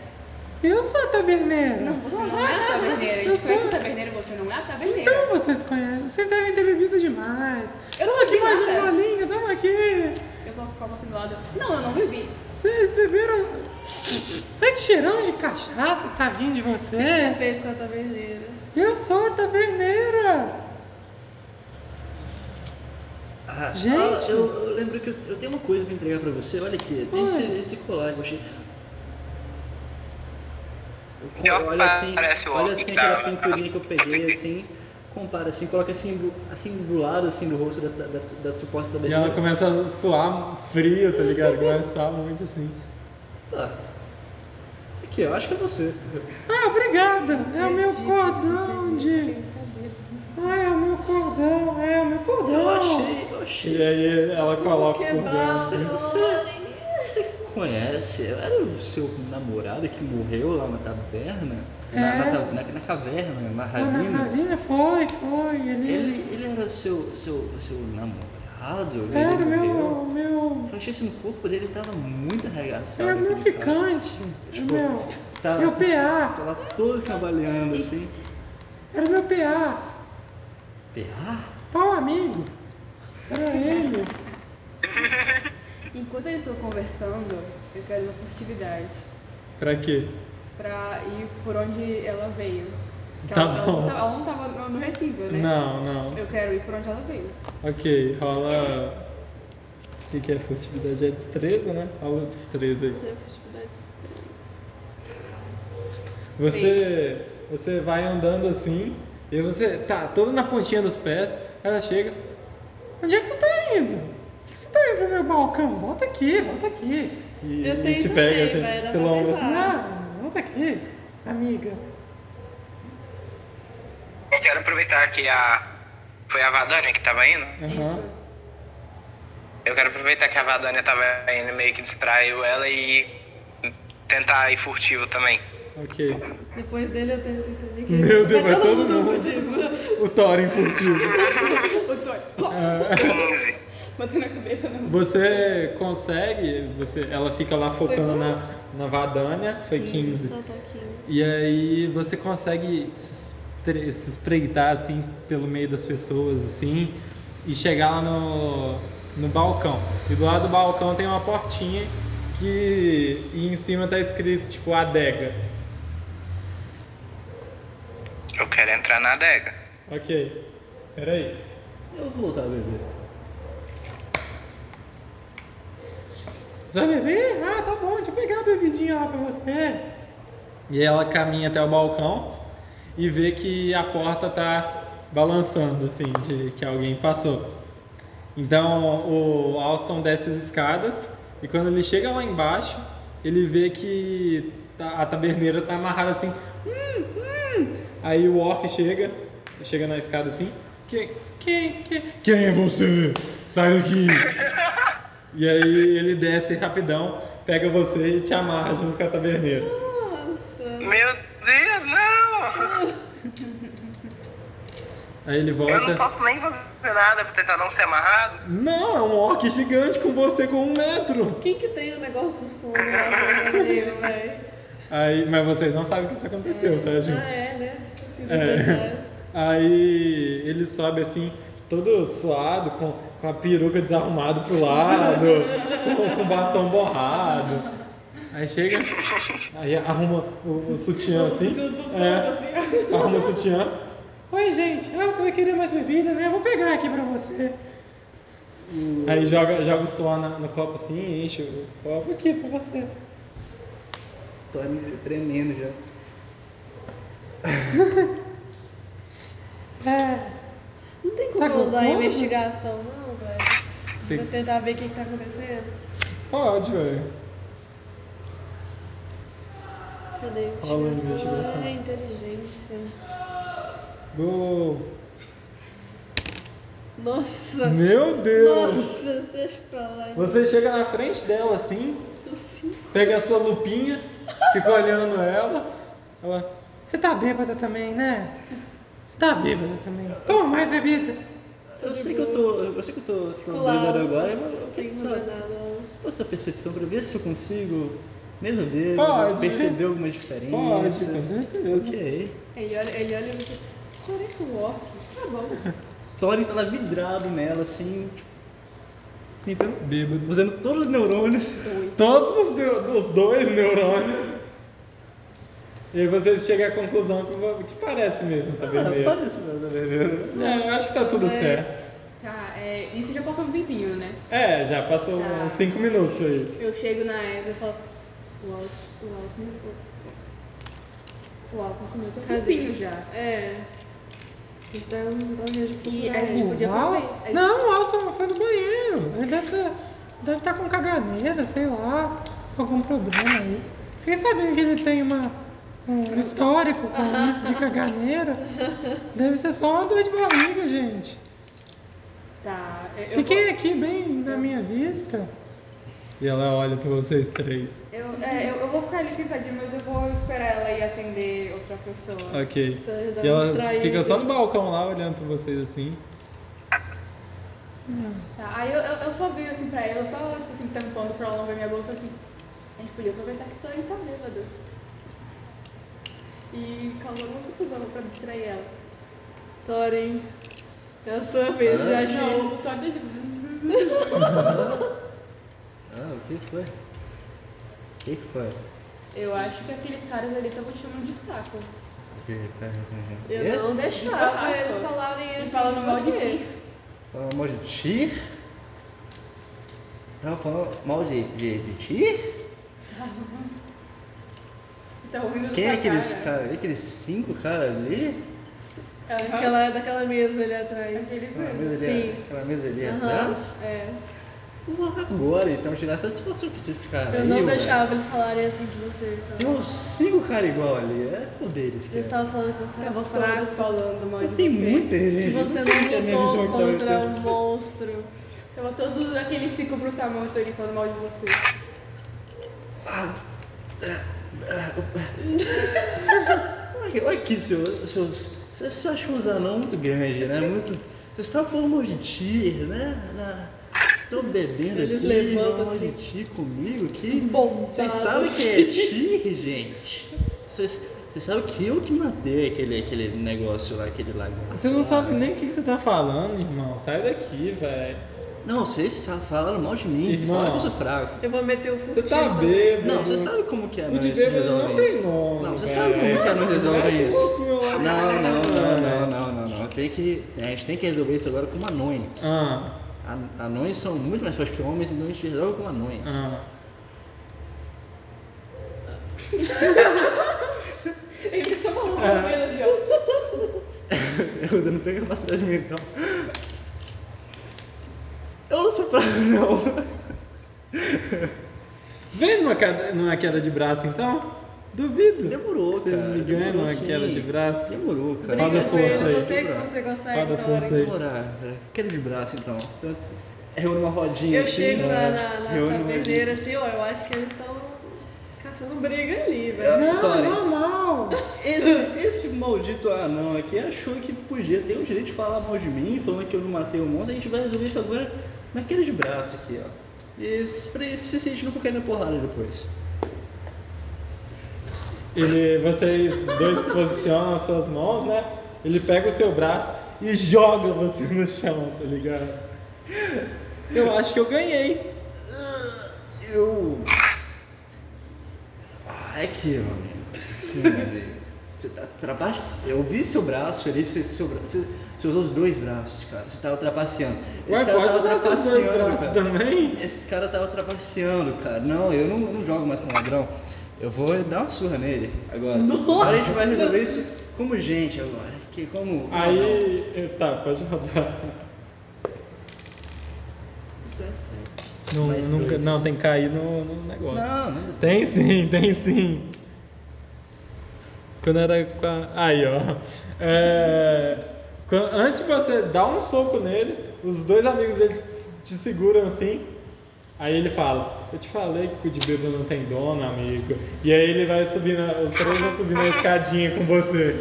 Eu sou a taberneira.
Não, você não é a taverneira. A
Eu
gente
sou.
conhece a taverneira, você não é a taverneira.
Então vocês conhecem, vocês devem ter bebido demais.
Eu não
Toma aqui
bebi
mais um
nada.
bolinho, toma aqui.
Eu vou colocar você do lado. Não, eu não bebi.
Vocês beberam. Olha que cheirão de cachaça que tá vindo de
O que você
você.
fez com a taberneira?
Eu sou a taberneira.
Ah,
Gente.
ah, eu, eu lembro que eu, eu tenho uma coisa pra entregar pra você. Olha aqui, tem
Oi.
esse, esse colar que eu achei. Eu co-
Pior que
Olha assim,
parece o
olha
Hulk
assim
que tá-
aquela pinturinha que eu peguei assim, compara assim, coloca assim, do- assim do lado assim no rosto da, da, da, da suposta
E
taberneira.
ela começa a suar frio, tá ligado? Começa a suar muito assim.
Ah, aqui, eu acho que é você.
Ah, obrigado. É o meu
Acredito que
cordão
você fez
de.
isso sem cabelo.
Ah, é o meu cordão, é o meu
Eu
cordão.
achei, eu achei.
E aí ela coloca o cordão
quebrar.
Você,
assim.
você, você conhece? Era o seu namorado que morreu lá na taverna? Na, na,
É.
ta- na, na caverna, na
Ah, na
ravina?
Ravina foi, foi. Ele,
Tá Ele, ele era seu, seu, seu namorado? Ele
era
morreu?
meu, meu.
Eu achei assim, o corpo dele tava muito arregaçado.
Era meu
aquele cara.
ficante.
Tipo,
meu,
tá-
meu PA.
Tá lá todo cavaleando assim.
Era meu PA.
PA?
Pau amigo. Era ele.
Enquanto eles estão conversando, eu quero uma furtividade.
Pra quê?
Pra ir por onde ela veio. Porque
Tá
ela, ela
bom.
não tava- ela não tava no- no recinto, né?
Não, não.
Eu quero ir por onde ela veio.
Ok, rola. O que, que é furtividade? É destreza, né? Rola destreza aí.
Deu festividade estranha.
Você, você vai andando assim, e você tá toda na pontinha dos pés, ela chega. Onde é que você tá indo? Por que que você tá indo pro meu balcão? Volta aqui, volta aqui. E,
Eu
e
tenho
te
também,
pega
vai, dá
assim,
pra
pelo ombro assim,
tentar.
ah, volta aqui, amiga.
Eu quero aproveitar que a. Foi a Vadânia que tava indo?
Aham.
Isso.
Eu quero aproveitar que a Vadânia tava indo meio que distraiu ela e tentar ir furtivo também.
Ok.
Depois dele eu tento entender que
Meu
Tá
Deus, vai todo mundo.
fodido.
O Thorin furtivo.
O Thor, plop,
Ah,
15.
bateu na cabeça do
você consegue, você, ela fica lá focando na, na Vadânia, foi 15.
Então tá 15.
E aí você consegue se espre- se espreitar assim pelo meio das pessoas assim e chegar lá no, no balcão. E do lado do balcão tem uma portinha que e em cima tá escrito tipo adega.
Eu quero entrar na adega.
OK. Peraí.
Eu vou voltar a beber.
Você vai beber? Ah, tá bom, deixa eu pegar a bebidinha lá pra você. E ela caminha até o balcão e vê que a porta tá balançando, assim, de que alguém passou. Então o Alston desce as escadas e quando ele chega lá embaixo, ele vê que tá- a taberneira tá amarrada assim. Hum, hum. Aí o Orc chega, chega na escada assim. Quem, quem, quem, quem é você? Sai daqui! E aí ele desce rapidão, pega você e te amarra junto com a taberneira.
Nossa.
Meu Deus, não!
Aí ele
Eu não
volta.
posso nem fazer nada pra tentar não ser amarrado.
Não, é um orc gigante com você com um metro.
Quem que tem o negócio do sono lá no Brasil, velho?
Aí, mas vocês não sabem que isso aconteceu, tá, gente?
Ah, é, né? Esqueci do
É.
detalhe.
Aí ele sobe assim, todo suado, com, com a peruca desarrumada pro lado, com, com o batom borrado. Aí chega, aí arruma o, o sutiã assim.
Tudo tonto,
é,
assim.
Arruma o sutiã. Oi, gente. Ah, você vai querer mais bebida, né? Eu vou pegar aqui pra você. Aí joga, joga o suor na- no copo assim, enche o copo aqui pra você.
Tô ali tremendo já.
É.
Não tem como
Tá
vou usar a
gostoso?
investigação, não, velho.
Você-
Vou tentar ver o que, que tá acontecendo.
Pode, velho.
Cadê a
Rola a
investigação?
investigação.
É inteligência.
Gol.
Nossa!
Meu Deus.
Nossa, deixa pra lá.
Você chega na frente dela assim,
Eu sinto.
pega a sua lupinha, fica olhando ela. Ela, você tá bêbada também, né? Você tá bêbada também. Toma mais bebida.
Eu sei que eu tô. Eu sei que eu tô, tô
Claro.
bêbado agora, mas eu
Sem
quero só
fazer nada.
essa percepção pra ver se eu consigo, mesmo bêbado,
Pode.
perceber alguma diferença.
Pode, com certeza.
Ok.
Ele olha, ele olha e diz, parece um orc. Tá bom.
Thorin tá lá vidrado nela, assim, tipo, tentando-
Bêbado.
usando todos os neurônios.
Todos os, neu- os dois neurônios. E aí vocês chegam à conclusão que, vo- que parece mesmo, tá
Ah,
vermelho.
parece mesmo, tá vermelho.
É, eu acho que tá tudo
Nossa,
certo.
Tá, é, isso já passou um tempinho, né?
É, já passou
Tá.
uns 5 minutos aí.
Eu chego na Eva e falo, o Alce, o Alce, o- o Alce sumiu tem um
Cadê?
tempinho já.
É. Então, dá um jeito de
E
procurar
a gente
ele.
podia É,
Uau.
aproveitar. a gente-
Não, o Alson foi no banheiro. Ele deve estar deve tá com caganeira, sei lá. Algum problema aí. Fiquei sabendo que ele tem uma, um histórico com isso de caganeira. Deve ser só uma dor de barriga, gente.
Tá, eu- eu,
Fiquei aqui bem na minha vista. E ela olha pra vocês três.
vou- eu, é, eu, eu vou ficar ali sentadinha, mas eu vou esperar ela ir atender outra pessoa. Então,
Ok.
Pra ajudar a
E ela
distrair
fica
ele.
só no balcão lá olhando pra vocês assim.
Tá, aí eu, eu, eu só viro assim pra ela, só tipo assim, tampando pra ela não ver minha boca assim. A gente podia aproveitar que o Tony tá bêbado. E causar uma confusão pra distrair ela.
Thorin. É a sua vez, já achei.
Não, o Tony é
Ah, o que foi? O que que foi?
de- Eu acho que aqueles caras ali estavam te chamando de fraco.
Ok, pera, assim, já.
Eu
Ê?
não deixava
Caraca.
eles falarem assim.
E falando
de
mal de
você.
ti.
Falando mal de ti? Tava falando mal de, de, de ti?
Tá ouvindo
Quem é
sua
aqueles
cara.
cara, aqueles cinco caras ali?
Aham.
Daquela, daquela mesa ali atrás.
Aqueles
Aquela
mesmo.
mesa ali,
Sim.
aquela mesa ali
Aham.
atrás?
É.
Agora, então, tirar satisfação com esses caras
Eu
aí,
não
ué.
deixava eles falarem assim de você.
Tem
Então.
uns cinco caras igual ali, é poderes,
Eles
cara.
estavam falando que você
Tava
era fraco.
todos falando mal de
Mas Tem
você.
muita gente.
Que
não
você
sei se é a minha
não lutou
visão que tá muito-
contra o monstro.
Tava todos aqueles cinco brutamontes ali falando mal de você.
Olha olha aqui, senhor, seus. Vocês se acham os anão muito grande, né? Muito. Vocês estavam falando mal de ti, né? Na... Estou bebendo
Eles
aqui,
levantam
falam mal de
assim.
ti comigo aqui.
Bombados.
Vocês sabem que é ti, gente? Vocês. Vocês sabem que eu que matei aquele, aquele negócio lá, aquele lagarto.
Você não
lá,
sabe
né?
nem o que que você tá falando, irmão. Sai daqui, velho.
Não, vocês sa- falaram mal de mim, vocês
Irmão.
falaram que eu sou fraco.
Eu vou meter o furtivo.
Você tá
também.
bêbado.
Não, você sabe como que é,
O
não,
de
isso
bêbado não
resolve
tem
isso.
nome.
Não, você
velho.
sabe como que eu não resolvo
É. Mete o
isso.
louquinho lá.
Não, não, não, não, não, não, não. Tem que, a gente tem que resolver isso agora com anões.
Ah,
A- Anões são muito mais fortes que homens, então a gente resolve com anões.
ah.
Ele só falou sobre ele ali, ó.
Eu não tenho capacidade mental. Eu não sou fraco, não.
Vem numa queda, numa queda de braço então? Duvido.
Demorou,
Você
cara.
me ganha
demorou
numa
sim.
queda de braço?
Demorou, cara.
Roda
Briga
a
com
força
ele,
aí.
eu sei que você consegue,
Roda a força
Thorin.
aí.
Demorar, cara. Queda de braço, então. Então, Reúne uma rodinha
Eu
assim.
chego na, na, na
reúne uma-
taverneira assim, ó, eu acho que eles estão caçando briga ali, velho.
Não,
Tori.
normal.
Esse, esse maldito anão aqui achou que podia ter o direito de falar mal de mim, falando que eu não matei o monstro. A gente vai resolver isso agora na queda de braço aqui, ó. E se, pra esse- se a gente não for cair na porrada depois.
Ele, vocês dois posicionam as suas mãos, né? Ele pega o seu braço e joga você no chão, tá ligado? Eu acho que eu ganhei.
Eu. Ah, é que, meu amigo. Que, meu amigo. Você tá trapace... Eu vi seu braço ali, você, seu bra... você, você usou os dois braços, cara. Você tava trapaceando. Esse
Ué,
cara
pode
tava
usar seus dois
trapaceando,
braços
cara.
também?
Esse cara tava trapaceando, cara. Não, eu não, não jogo mais com ladrão. Eu vou dar uma surra nele agora.
Nossa!
Agora a gente vai resolver isso como gente agora. Que como.
Aí. eh, Tá, pode rodar.
17.
Não,
Mais
nunca,
dois.
não, tem que cair no, no negócio.
Não, não.
Tem sim, tem sim. Quando era. com a- Aí, ó. É, quan- Antes de você dar um soco nele, os dois amigos dele s- te seguram assim. Aí ele fala: Eu te falei que o de bêbado não tem dono, amigo. E aí ele vai subindo, a- os três vão subindo a escadinha com você.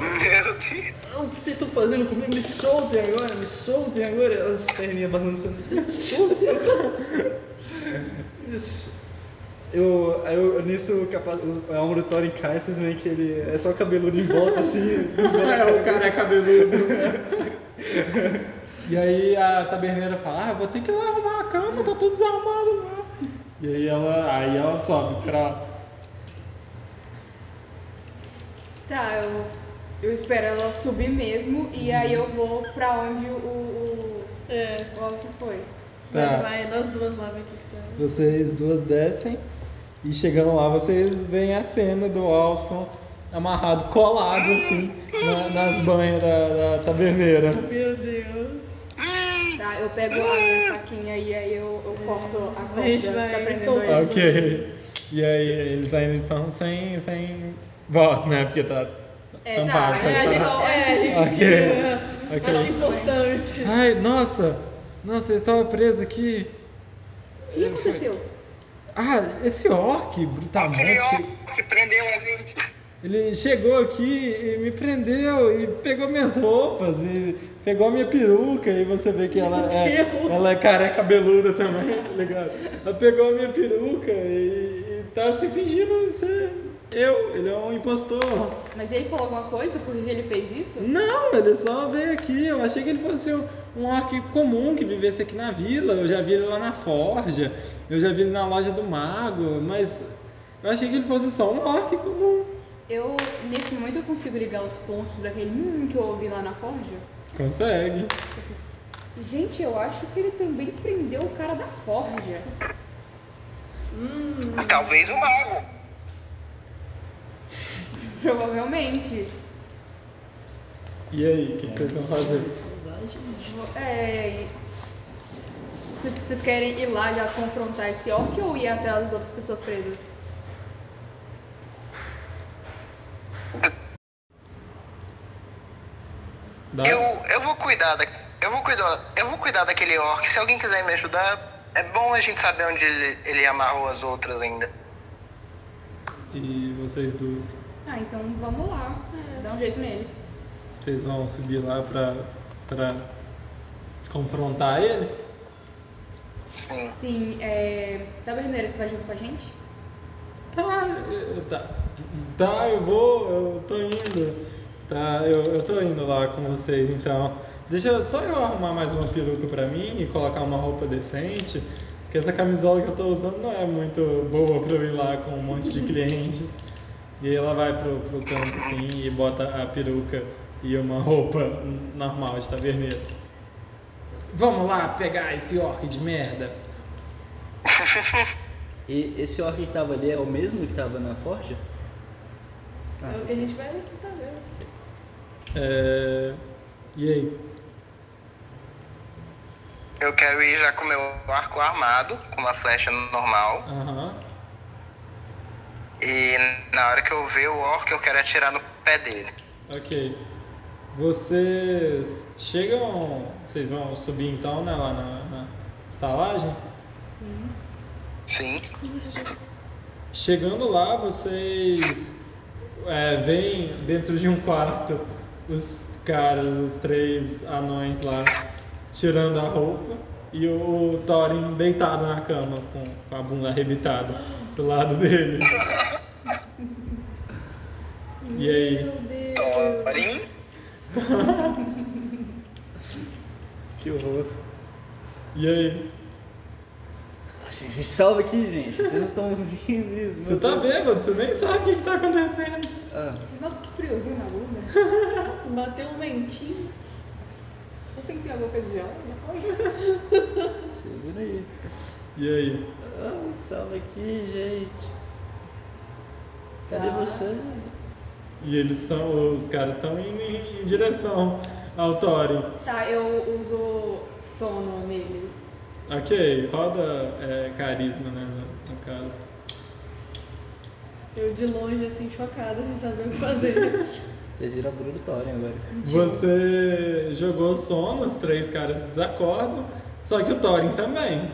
Meu Deus.
O que vocês estão fazendo comigo? Me soltem agora, me soltem agora. As perninhas balançando. Me soltem agora. Isso. Eu, aí eu, eu nisso, o capa- o- a alma do Thorin cai, vocês veem que ele é só cabeludo em volta, assim.
É, o cara é cabeludo. e aí a taberneira fala, ah, eu vou ter que ir lá arrumar a cama, tá tudo desarrumado lá. E aí ela, aí ela sobe pra...
Tá, eu, eu espero ela subir mesmo e aí eu vou pra onde o, o,
É.
o Alson foi.
Tá.
Vai, vai, nós duas lá, vai que tá.
Vocês duas descem e chegando lá vocês veem a cena do Alston amarrado, colado assim, na- nas banhas da, da taberneira.
Meu Deus.
Tá, eu pego a minha faquinha e aí eu, eu corto a corda
Gente,
que
vai,
tá prendendo
solta.
ele.
Ok. E aí eles ainda estão sem, sem voz, né? Porque tá
É, tá,
tampado.
é,
tá-
a gente-
É, a gente
Ok.
okay.
Ok.
acho importante.
Ai, nossa! Nossa, eu estava preso aqui.
O que aconteceu?
Ah, esse orc brutamonte, che-
Criou, se prendeu a gente.
ele chegou aqui e me prendeu e pegou minhas roupas e pegou a minha peruca e você vê que ela é,
Deus!
ela é careca cabeluda também, tá ligado? Ela pegou a minha peruca e, e tá se fingindo ser eu, ele é um impostor.
Mas ele falou alguma coisa? Por que ele fez isso?
Não, ele só veio aqui. Eu achei que ele fosse um, um orc comum que vivesse aqui na vila. Eu já vi ele lá na forja, eu já vi ele na loja do mago, mas eu achei que ele fosse só um orc comum.
Eu, nesse momento, eu consigo ligar os pontos daquele hum que eu ouvi lá na Forja.
Consegue.
Gente, eu acho que ele também prendeu o cara da Forja.
Hum,
Talvez o mago.
Provavelmente.
E aí, o que, que vocês vão fazer?
Vo- É. c- Vocês querem ir lá já confrontar esse orc ou ir atrás das outras pessoas presas?
Dá?
Eu, eu vou cuidar da, eu vou cuidar, eu vou cuidar daquele orc. Se alguém quiser me ajudar, é bom a gente saber onde ele, ele amarrou as outras ainda.
E vocês duas?
Ah, então vamos lá. Dá um jeito nele.
Vocês vão subir lá pra, pra confrontar ele?
Sim.
Sim, é. Taberneira, você vai junto com a gente?
Tá, eu- tá, tá, eu vou, eu tô indo. Tá, eu, eu tô indo lá com vocês, então. Deixa eu- só eu arrumar mais uma peruca pra mim e colocar uma roupa decente. Porque essa camisola que eu tô usando não é muito boa pra eu ir lá com um monte de clientes. E aí ela vai pro, pro canto assim e bota a peruca e uma roupa normal de taverneiro. Vamos lá pegar esse orc de merda.
E esse orc que tava ali é o mesmo que tava na forja?
é o que a gente vai tentar ver.
É... E aí?
Eu quero ir já com meu arco armado, com uma flecha normal.
Aham.
E na hora que eu ver o orc, eu quero atirar no pé dele.
Ok. Vocês chegam. Vocês vão subir então, né? Lá na, na estalagem.
Sim.
Sim.
Chegando lá, vocês é, veem dentro de um quarto os caras, os três anões lá, tirando a roupa e o, o Thorin deitado na cama com, com a bunda arrebitada do lado dele. E aí?
Meu Deus.
Torin.
Que horror.
E aí?
Me salva aqui, gente. Vocês não estão ouvindo isso.
Você
meu
tá
Deus.
bêbado, você nem sabe o que, que tá acontecendo.
Ah,
Nossa, que friozinho na bunda.
Bateu um mentinho.
Eu sei que tem alguma coisa de né? gel.
segura aí.
E aí?
Ah, me salva aqui, gente. Cadê
Ah.
você?
E eles estão. Os caras estão indo em, em direção ao Thorin.
Tá, eu uso sono neles.
Ok, roda é, carisma, né? no- No caso.
Eu de longe, assim, chocada, sem saber o que fazer.
Vocês viram a Bruno Thorin agora.
Você jogou sono, os três caras desacordam, só que o Thorin também.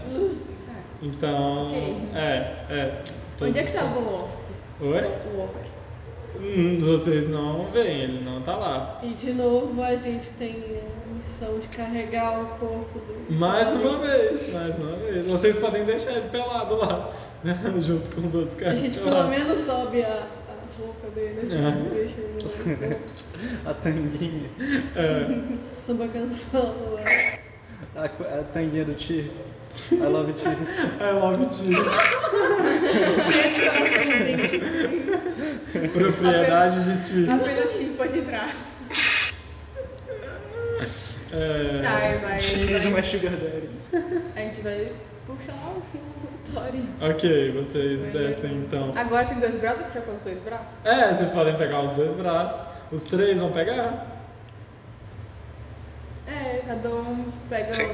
Então.
Hum, Ok.
É, é.
Onde é que tá o orc?
Oi?
O orc.
Hum, vocês não veem, ele não tá lá.
e de novo a gente tem a missão de carregar o corpo do.
Mais uma vez, mais uma vez. Vocês podem deixar ele pelado lá, né? Junto com os outros
A
caras.
gente pelo
pelados.
menos sobe a, a roupa dele, assim,
Aham.
deixa ele
A tanguinha.
É,
Samba canção. né?
A, co- a tanguinha do Tyr. I love Tyr.
I love you.
Gente, como assim?
Propriedade de ti.
Apenas Chico pode entrar.
É,
Tá, e vai.
Tyr de
vai-
uma sugar daddy.
A gente vai puxar o fio do Thorin.
Ok, vocês descem então.
Agora tem dois braços, puxar com os dois braços?
É, vocês podem pegar os dois braços. Os três vão pegar?
É, cada um pega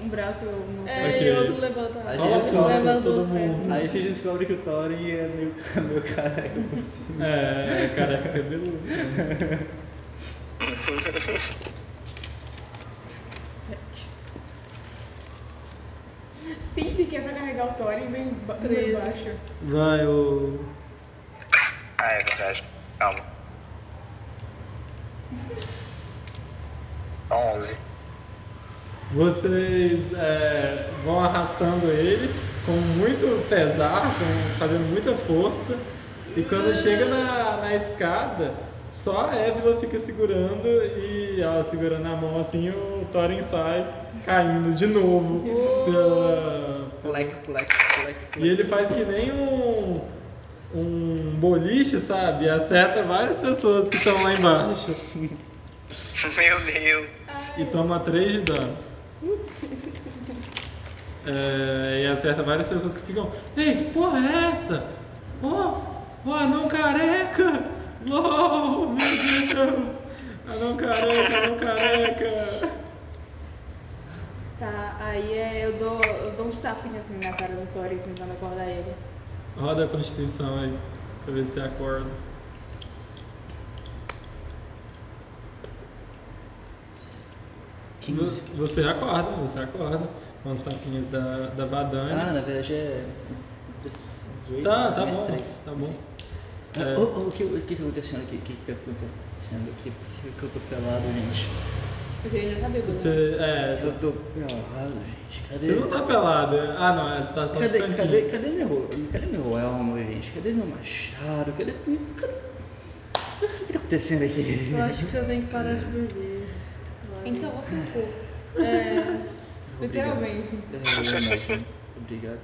um, um braço no
É,
Ok.
e outro levanta.
A gente
Fala as
se
costas,
levanta
todo
os pés.
mundo.
Aí você descobre que o Thorin é meio, meio careca.
É, careca cabeludo.
Sete. Sempre que é pra carregar o Thorin, vem ba-
Treze.
por baixo.
Vai, o.
Ah, é verdade. Calma. 11.
Vocês é, vão arrastando ele com muito pesar, com, fazendo muita força. E quando chega na, na escada, só a Évila fica segurando e ela segurando a mão assim, o Thorin sai caindo de novo pela,
Plec, plec, plec,
E ele faz que nem um, um boliche, sabe? Acerta várias pessoas que estão lá embaixo
Meu Deus.
e toma 3 de dano. É, e acerta várias pessoas que ficam. Ei, que porra é essa? Ó, oh, anão careca! LOL, meu Deus! Anão careca, anão careca!
Tá, aí é, eu dou, eu dou uns tapinhas assim na cara do Thorin, tentando acordar ele.
Roda a constituição aí, pra ver se acorda.
Quinze.
Vo- Você acorda, você acorda. Com os tapinhas da, da Badane.
Ah, na verdade é.
tá, tá bom.
3.
Tá bom. É.
Ah, O, que, o que tá acontecendo aqui? O que, que tá acontecendo aqui? Por que, que eu tô pelado, gente?
Mas ele já tá bêbado. né?
Você, é, você-
Eu tô pelado, gente. Cadê?
você não tá pelado. é- Ah, não, é tá só
Cadê,
um
cadê,
instantinho.
cadê, meu, cadê meu elmo, gente? Cadê meu machado? Cadê. cadê- O que, que tá acontecendo aqui?
Eu acho que você tem que parar de beber.
A gente salvou seu corpo.
É.
Literalmente.
Obrigado. É, eu imagino. Obrigado.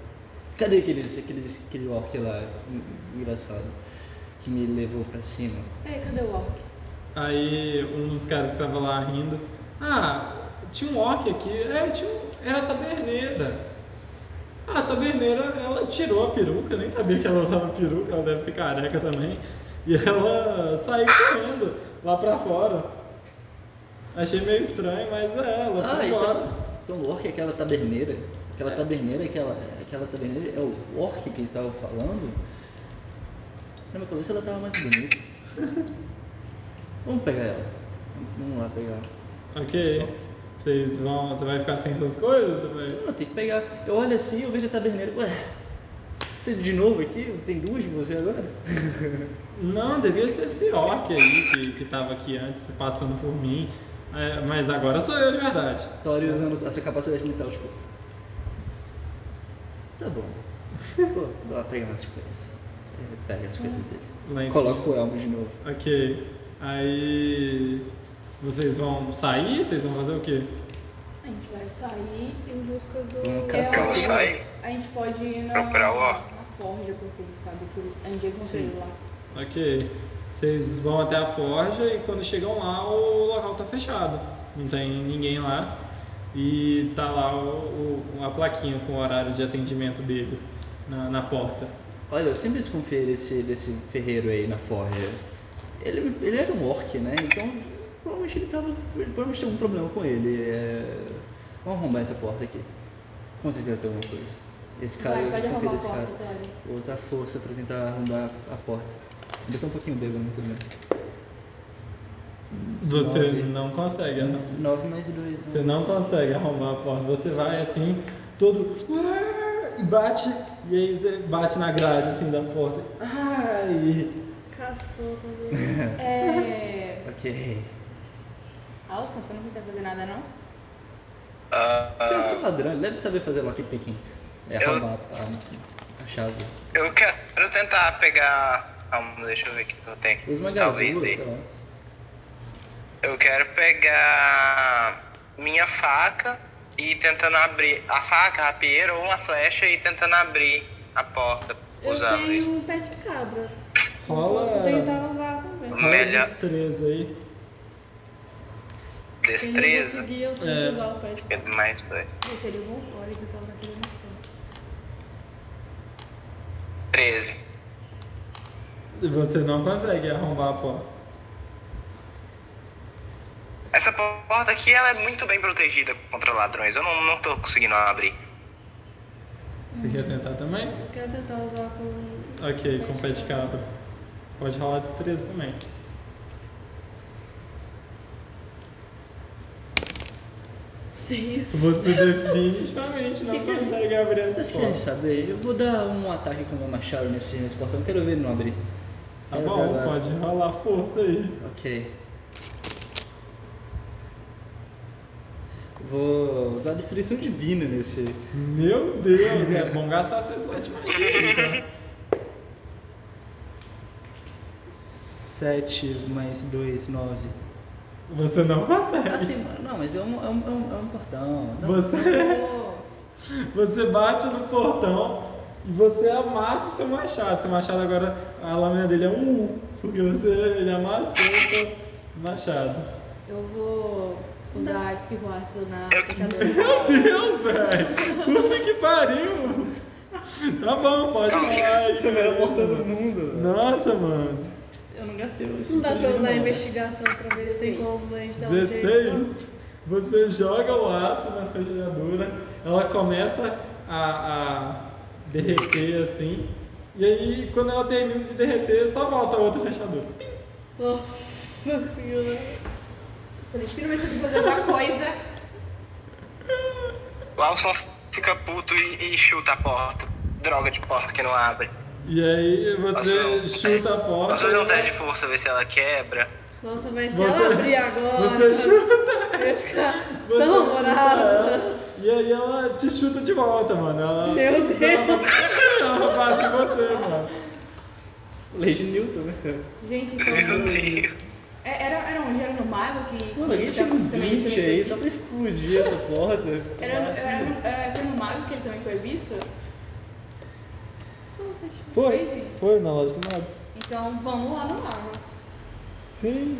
Cadê aqueles, aqueles, aquele orc lá en- engraçado que me levou pra cima?
É, cadê o orc?
Aí um dos caras que tava lá rindo. Ah, tinha um orc aqui. É, tinha um, era a taberneira. Ah, a taberneira, ela tirou a peruca, eu nem sabia que ela usava peruca, ela deve ser careca também. E ela saiu correndo lá pra fora. Achei meio estranho, mas é, ela foi
Ah,
embora.
então, então o orc é aquela taberneira. Aquela taberneira, aquela, aquela taberneira é o orc que eles estavam falando. Na minha cabeça ela tava mais bonita. Vamos pegar ela. Vamos lá pegar.
Ok. Vocês vão. Você vai ficar sem suas coisas? Você vai-
Não, tem que pegar. Eu olho assim, eu vejo a taberneira. Ué, você de novo aqui? Tem duas de você agora?
Não, devia ser esse orc aí que, que tava aqui antes passando por mim. É, mas agora sou eu de verdade.
Tori usando essa capacidade mental, tipo. Tá bom. Pô, vou lá pegar umas coisas. Ele Pega as coisas
Lá em
dele. Coloca o elmo de novo.
Ok. Aí. Vocês vão sair? Vocês vão fazer o quê?
A gente vai
Sair em busca
Vamos
do. Leão.
Eu vou
cancelar.
sair.
É, A gente pode ir na,
Procurar o ó.
na Forja, porque ele sabe que a gente encontrou
Sim.
ele lá.
Ok. Vocês vão até a forja e quando chegam lá o local tá fechado. Não tem ninguém lá. E tá lá o, o- a plaquinha com o horário de atendimento deles na, na porta.
Olha, eu sempre desconfiei desse, desse ferreiro aí na forja. Ele, ele era um orc, né? Então, provavelmente ele tava. ele Provavelmente tem algum problema com ele. É... Vamos arrombar essa porta aqui. Com certeza tem alguma coisa. Esse cara,
vai,
eu
pode
desconfio
arrombar a
desse cara.
porta, então. Dani.
Vou usar força pra tentar arrombar a porta. Ainda tô um pouquinho bêbado, muito bem.
Você
Nove.
não consegue, né?
9 mais 2.
Você não tá- consegue arrombar a porta. Você vai assim, todo. "Ah", E bate, e aí você bate na grade assim da porta. Ai!
Caçou também.
É.
Ok.
Alson, você não consegue fazer nada, não?
Ah,
Você é um ladrão, ele deve saber fazer lockpicking. É
Eu-
arrombar a, a chave.
eu quero tentar pegar. Calma, deixa eu ver o que eu tenho.
Usa uma
Talvez
gazula,
dê.
sei lá.
Eu quero pegar minha faca e ir tentando abrir a faca, a rapieira ou uma flecha e tentando abrir a porta
Eu
usando isso.
tenho um pé de cabra.
Rola.
Posso tentar usar também.
rola
Melhor.
destreza aí.
Se
Destreza.
não conseguir, eu tento
É.
usar o pé de
É Mais dois.
Eu seria o Voltório que eu tava naquele nosso.
13.
Você não consegue arrombar a porta.
Essa porta aqui ela é muito bem protegida contra ladrões. Eu não, não tô conseguindo abrir.
Você quer tentar também?
Eu quero tentar usar com.
Ok, com pé de cabra. Pode rolar destreza também.
Seis.
Você definitivamente não consegue abrir
Vocês
essa
querem
porta.
saber? Eu vou dar um ataque com o meu machado nesse, nesse portão. Quero ver ele não abrir.
Tá
Quero
bom,
ver agora.
pode rolar força aí.
Ok. Vou usar a destruição divina nesse.
Meu Deus, é bom gastar seu slot de magia. tá?
7 mais 2, 9.
Você não consegue.
Assim, mano, não, mas é um, é um, é um, é um portão. Não,
Você, você bate no portão e você amassa seu machado. Seu machado agora, a lâmina dele é um U, porque você, ele amassou seu machado.
Eu vou usar espirro ácido na
Eu-
fechadura.
Meu Deus, velho! Puta que pariu! Tá bom, pode
Calma.
falar aí.
Essa é a melhor porta do mundo.
Nossa, mano.
Eu não gastei. eu
Não dá pra
destruição
usar
divina,
a investigação pra ver se tem como a gente dar um jeito.
16. Você joga o aço na fechadura, ela começa a, a derreter assim. E aí, quando ela termina de derreter, só volta a outra fechadura.
Nossa senhora.
Falei, finalmente eu tenho que fazer alguma coisa.
O Alson fica puto e, e chuta a porta. Droga de porta que não abre.
E aí, você
Nossa,
chuta a porta.
Posso
né?
fazer um teste de força, ver se ela quebra?
Nossa, mas se
Você-
ela abrir agora.
você chuta.
Eu ia ficar
Você
tão
chuta
brava.
ela, E aí ela te chuta de volta, mano. Ela,
Meu Deus.
Ela, ela bate em você, mano.
Lei de Newton, né, cara?
Gente,
Meu
então.
Deus.
é- Era, era um gênero no mago que.
Mano, alguém
que
tinha um
também- também
20
foi-
aí só pra explodir essa porta.
Era, no- era, no- era, foi no mago que ele também foi visto?
Foi, foi na loja do mago.
Então vamos lá no mago.
Sim,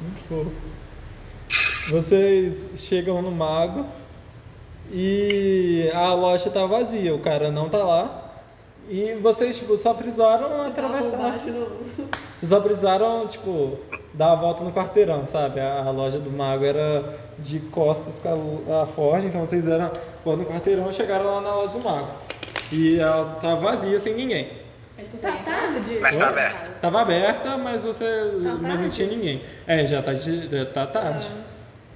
muito fofo. Vocês chegam no mago e a loja tá vazia, o cara não tá lá. E vocês tipo, só precisaram atravessar.
Roubar de novo.
Só precisaram, tipo, dar a volta no quarteirão, sabe? A, a loja do mago era de costas com a lo- a, Forge, então vocês deram a volta no quarteirão e chegaram lá na loja do mago. E ela tá vazia sem ninguém.
A gente
Tá
consegue
tarde.
Mas tá
entrar.
aberto.
Tava aberta, mas você
Tá
mas não
tarde?
tinha ninguém. É, já tá, de, já tá tarde.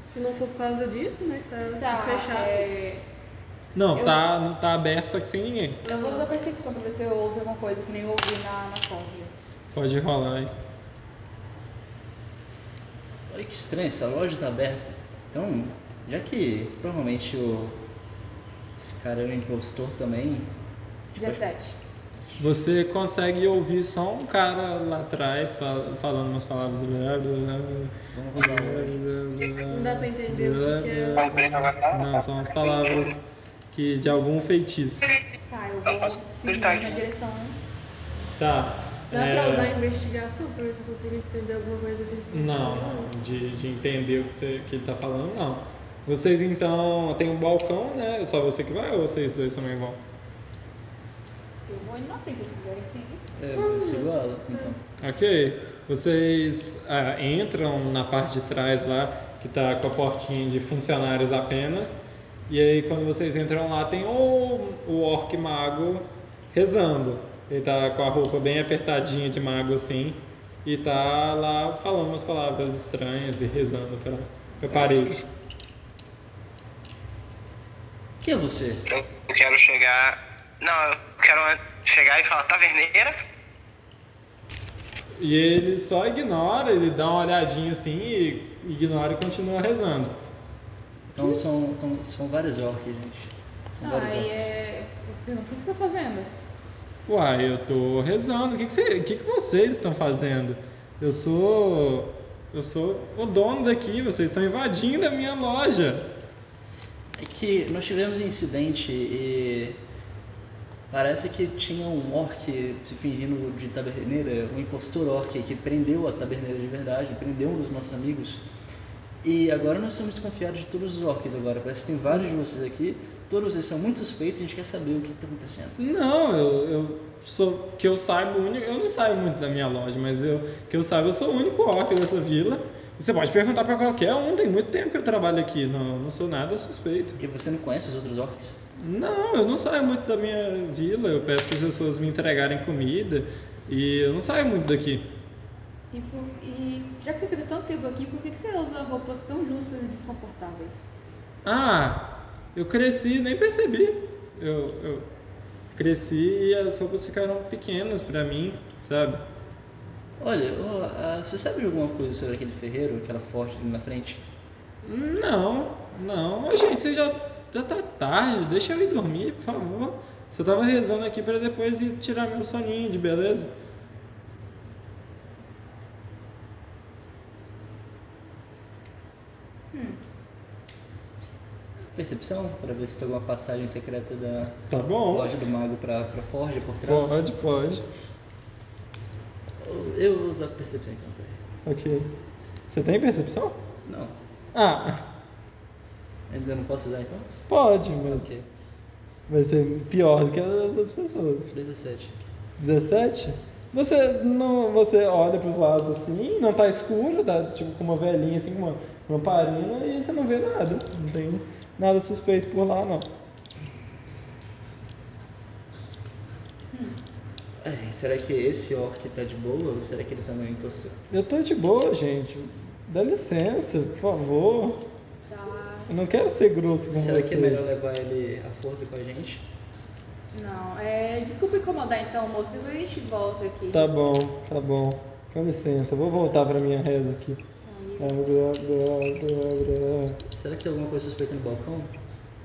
Se não for por causa disso, né? Que tá,
Tá,
tá fechado.
é,
Não,
Eu-
tá, tá aberto, só que sem ninguém.
eu vou usar percepção pra ver se eu ouço alguma coisa que nem eu ouvi na, na forja.
Pode rolar aí.
Olha que estranho, essa loja tá aberta. Então, já que provavelmente o. Esse cara é um impostor também. A
17.
gente
Você consegue ouvir só um cara lá atrás fal- falando umas palavras. Blá, blá, blá,
Vamos
blá,
rodar hoje.
blá, blá,
Não dá pra entender o que que é.
blá, blá. Não, são as palavras que de algum feitiço.
Tá, eu vou seguir na direção.
Tá.
Dá
é,
pra usar a investigação pra ver se eu consigo entender alguma coisa que eles estão
Não,
falando?
não. De, de entender o que, você- que ele tá falando, não. Vocês então. Tem um balcão, né? Só você que vai ou vocês dois também vão?
Eu vou indo na frente, se quiserem seguir.
É, eu sigo ela, então.
Ok. Vocês ah, entram na parte de trás lá, que tá com a portinha de funcionários apenas. E aí quando vocês entram lá tem o, o orc mago rezando. Ele tá com a roupa bem apertadinha de mago assim. E tá lá falando umas palavras estranhas e rezando pra, pra parede.
Quem é você?
Eu quero chegar. Não, eu quero chegar e falar, taverneira?
E ele só ignora, ele dá uma olhadinha assim e ignora e continua rezando.
Então são, são, são vários orcs, gente. São vários
Aí
orcs.
é. Eu pergunto, o que você tá fazendo?
Uai, eu tô rezando. O que, que, você- o que que vocês estão fazendo? Eu sou. Eu sou o dono daqui, vocês estão invadindo a minha loja.
É que nós tivemos um incidente e parece que tinha um orc se fingindo de taberneira, um impostor orc que prendeu a taberneira de verdade, prendeu um dos nossos amigos. E agora nós estamos desconfiados de todos os orcs agora. Parece que tem vários de vocês aqui, todos eles são muito suspeitos e a gente quer saber o que está acontecendo.
Não, eu, eu sou. Que eu saiba o único. Eu não saio muito da minha loja, mas eu que eu saiba, eu sou o único orc dessa vila. Você pode perguntar pra qualquer um, tem muito tempo que eu trabalho aqui, não, não sou nada suspeito.
E você não conhece os outros orcs?
Não, eu não saio muito da minha vila, eu peço para as pessoas me entregarem comida e eu não saio muito daqui.
E, por- e já que você fica tanto tempo aqui, por que, que você usa roupas tão justas e desconfortáveis?
Ah, eu cresci e nem percebi. Eu, eu cresci e as roupas ficaram pequenas pra mim, sabe?
Olha, ô, ah, você sabe de alguma coisa sobre aquele ferreiro, aquela forte ali na frente?
Não, não. Ô, gente, você já, já tá tarde, deixa eu ir dormir, por favor. Você tava rezando aqui pra depois ir tirar meu soninho de beleza?
Percepção? Para ver se tem alguma passagem secreta da
Tá bom.
loja do mago pra, pra forja por trás?
Pode, pode.
Eu vou usar percepção então, peraí.
Ok. Você tem percepção?
Não.
Ah,
Ainda não posso usar então?
pode, mas
Ok.
vai ser pior do que as outras pessoas.
17.
17? Você não, você olha pros lados assim, não tá escuro, tá tipo com uma velhinha assim, com uma lamparina e você não vê nada. Não tem nada suspeito por lá não.
Ai, É, será que esse orc tá de boa ou será que ele tá meio impostor?
Eu tô de boa, gente. Dá licença, por favor.
Tá.
Eu não quero ser grosso com
Será
vocês.
que é melhor levar ele à força com a gente?
Não, é. Desculpa incomodar então, moço. Depois a gente volta aqui.
Tá bom, tá bom. Com licença, eu vou voltar pra minha reza aqui.
Aí,
Blá, blá, blá, blá.
Será que tem alguma coisa suspeita no balcão?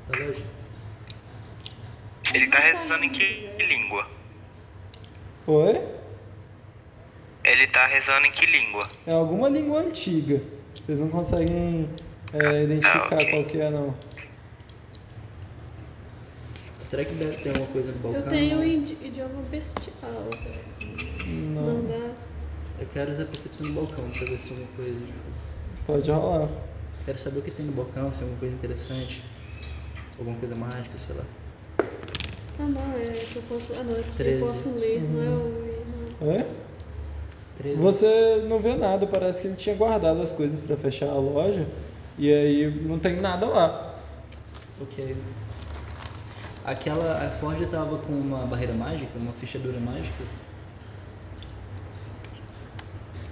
Da loja?
Ele tá rezando em que língua?
Oi?
Ele tá rezando em que língua?
É alguma língua antiga. Vocês não conseguem é, identificar
Ah, ok.
qual que é não.
Será que deve ter alguma coisa no balcão?
Eu tenho idi- idioma bestial. Não.
Não,
dá.
Eu quero usar a percepção no balcão pra ver se tem alguma coisa. Tipo...
pode rolar.
Quero saber o que tem no balcão, se tem alguma coisa interessante. Alguma coisa mágica, sei lá.
Ah não, é que eu posso. Ah não, é que
Treze.
eu posso ler, não é
Uhum.
ouvir. não.
É?
13.
Você não vê nada, parece que ele tinha guardado as coisas pra fechar a loja e aí não tem nada lá.
Ok. Aquela. A Forja tava com uma barreira mágica, uma fechadura mágica.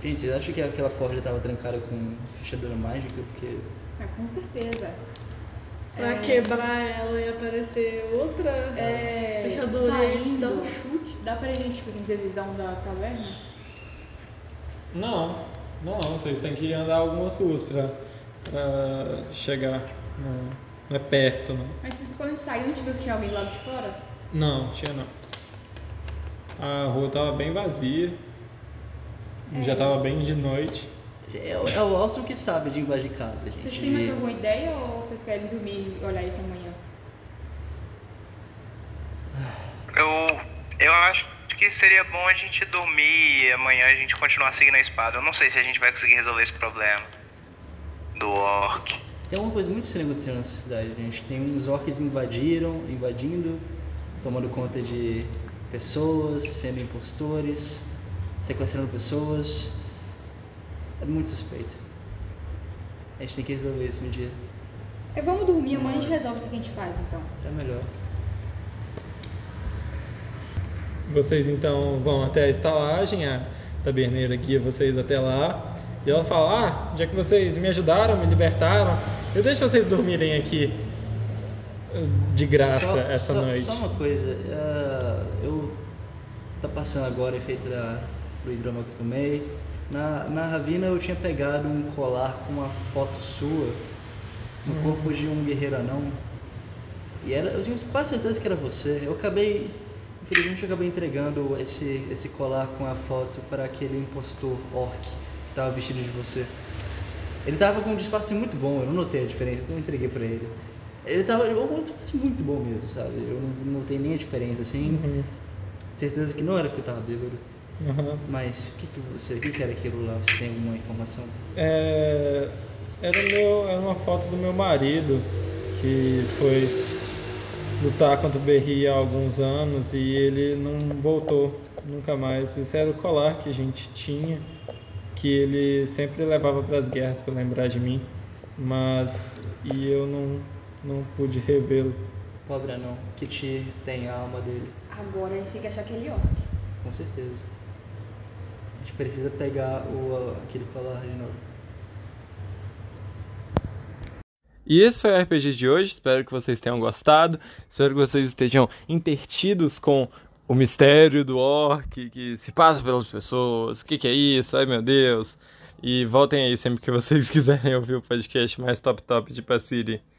Gente, vocês acham que aquela Forja tava trancada com fechadura mágica? Porque.
é, com certeza.
Pra quebrar ela e aparecer outra.
É,
Fechadura
saindo.
dá um chute.
Dá pra gente, tipo assim, ter visão da taverna?
Não, não, vocês têm que andar algumas ruas pra, pra chegar. Não, não é perto, não.
Mas tipo, assim, quando a gente saiu, a gente viu se tinha alguém lá de fora?
Não, tinha não. A rua tava bem vazia. Já tava bem de noite.
É, o- é o Austin que sabe de embaixo de casa, gente.
Vocês têm mais
E-
alguma ideia ou vocês querem dormir e olhar isso amanhã?
Eu, eu acho que seria bom a gente dormir e amanhã a gente continuar seguindo a espada. Eu não sei se a gente vai conseguir resolver esse problema do orc.
Tem uma coisa muito estranha acontecendo nessa cidade, gente. Tem uns orcs invadiram, invadindo, tomando conta de pessoas, sendo impostores, sequestrando pessoas. É muito suspeito. A gente tem que resolver isso um dia.
É, vamos dormir, amanhã a gente resolve o que a gente faz então.
É melhor.
Vocês então vão até a estalagem, a taberneira guia vocês até lá. E ela fala: Ah, já que vocês me ajudaram, me libertaram, eu deixo vocês dormirem aqui eh, de graça
Só-
essa
só-
noite.
Só uma coisa, ah, eu tá passando agora o efeito da, do hidroma que eu tomei. Na, na Ravina eu tinha pegado um colar com uma foto sua no
Hum.
corpo de um guerreiro anão. E era, eu tinha quase certeza que era você. Eu acabei, infelizmente eu acabei entregando esse, esse colar com a foto para aquele impostor orc que tava vestido de você. Ele tava com um disfarce muito bom, eu não notei a diferença, então eu entreguei pra ele. Ele tava ele com um disfarce muito bom mesmo, sabe? Eu não notei nem a diferença, assim.
Uhum,
Certeza que não era porque eu tava bêbado.
uhum.
Mas o que, que você. O que, que era aquilo lá? Você tem alguma informação?
É, era, o meu, era uma foto do meu marido que foi lutar contra o Berri há alguns anos e ele não voltou nunca mais. Esse era o colar que a gente tinha, que ele sempre levava para as guerras para lembrar de mim, mas e eu não, não pude revê-lo.
Pobre anão, que te tem a alma dele,
Agora a gente tem que achar aquele orc.
com certeza. A gente precisa pegar o, aquele colar de novo.
E esse foi o RPG de hoje. Espero que vocês tenham gostado. Espero que vocês estejam intertidos com o mistério do orc que se passa pelas pessoas. O que, que é isso? Ai meu Deus! E voltem aí sempre que vocês quiserem ouvir o podcast mais top top de Passiri.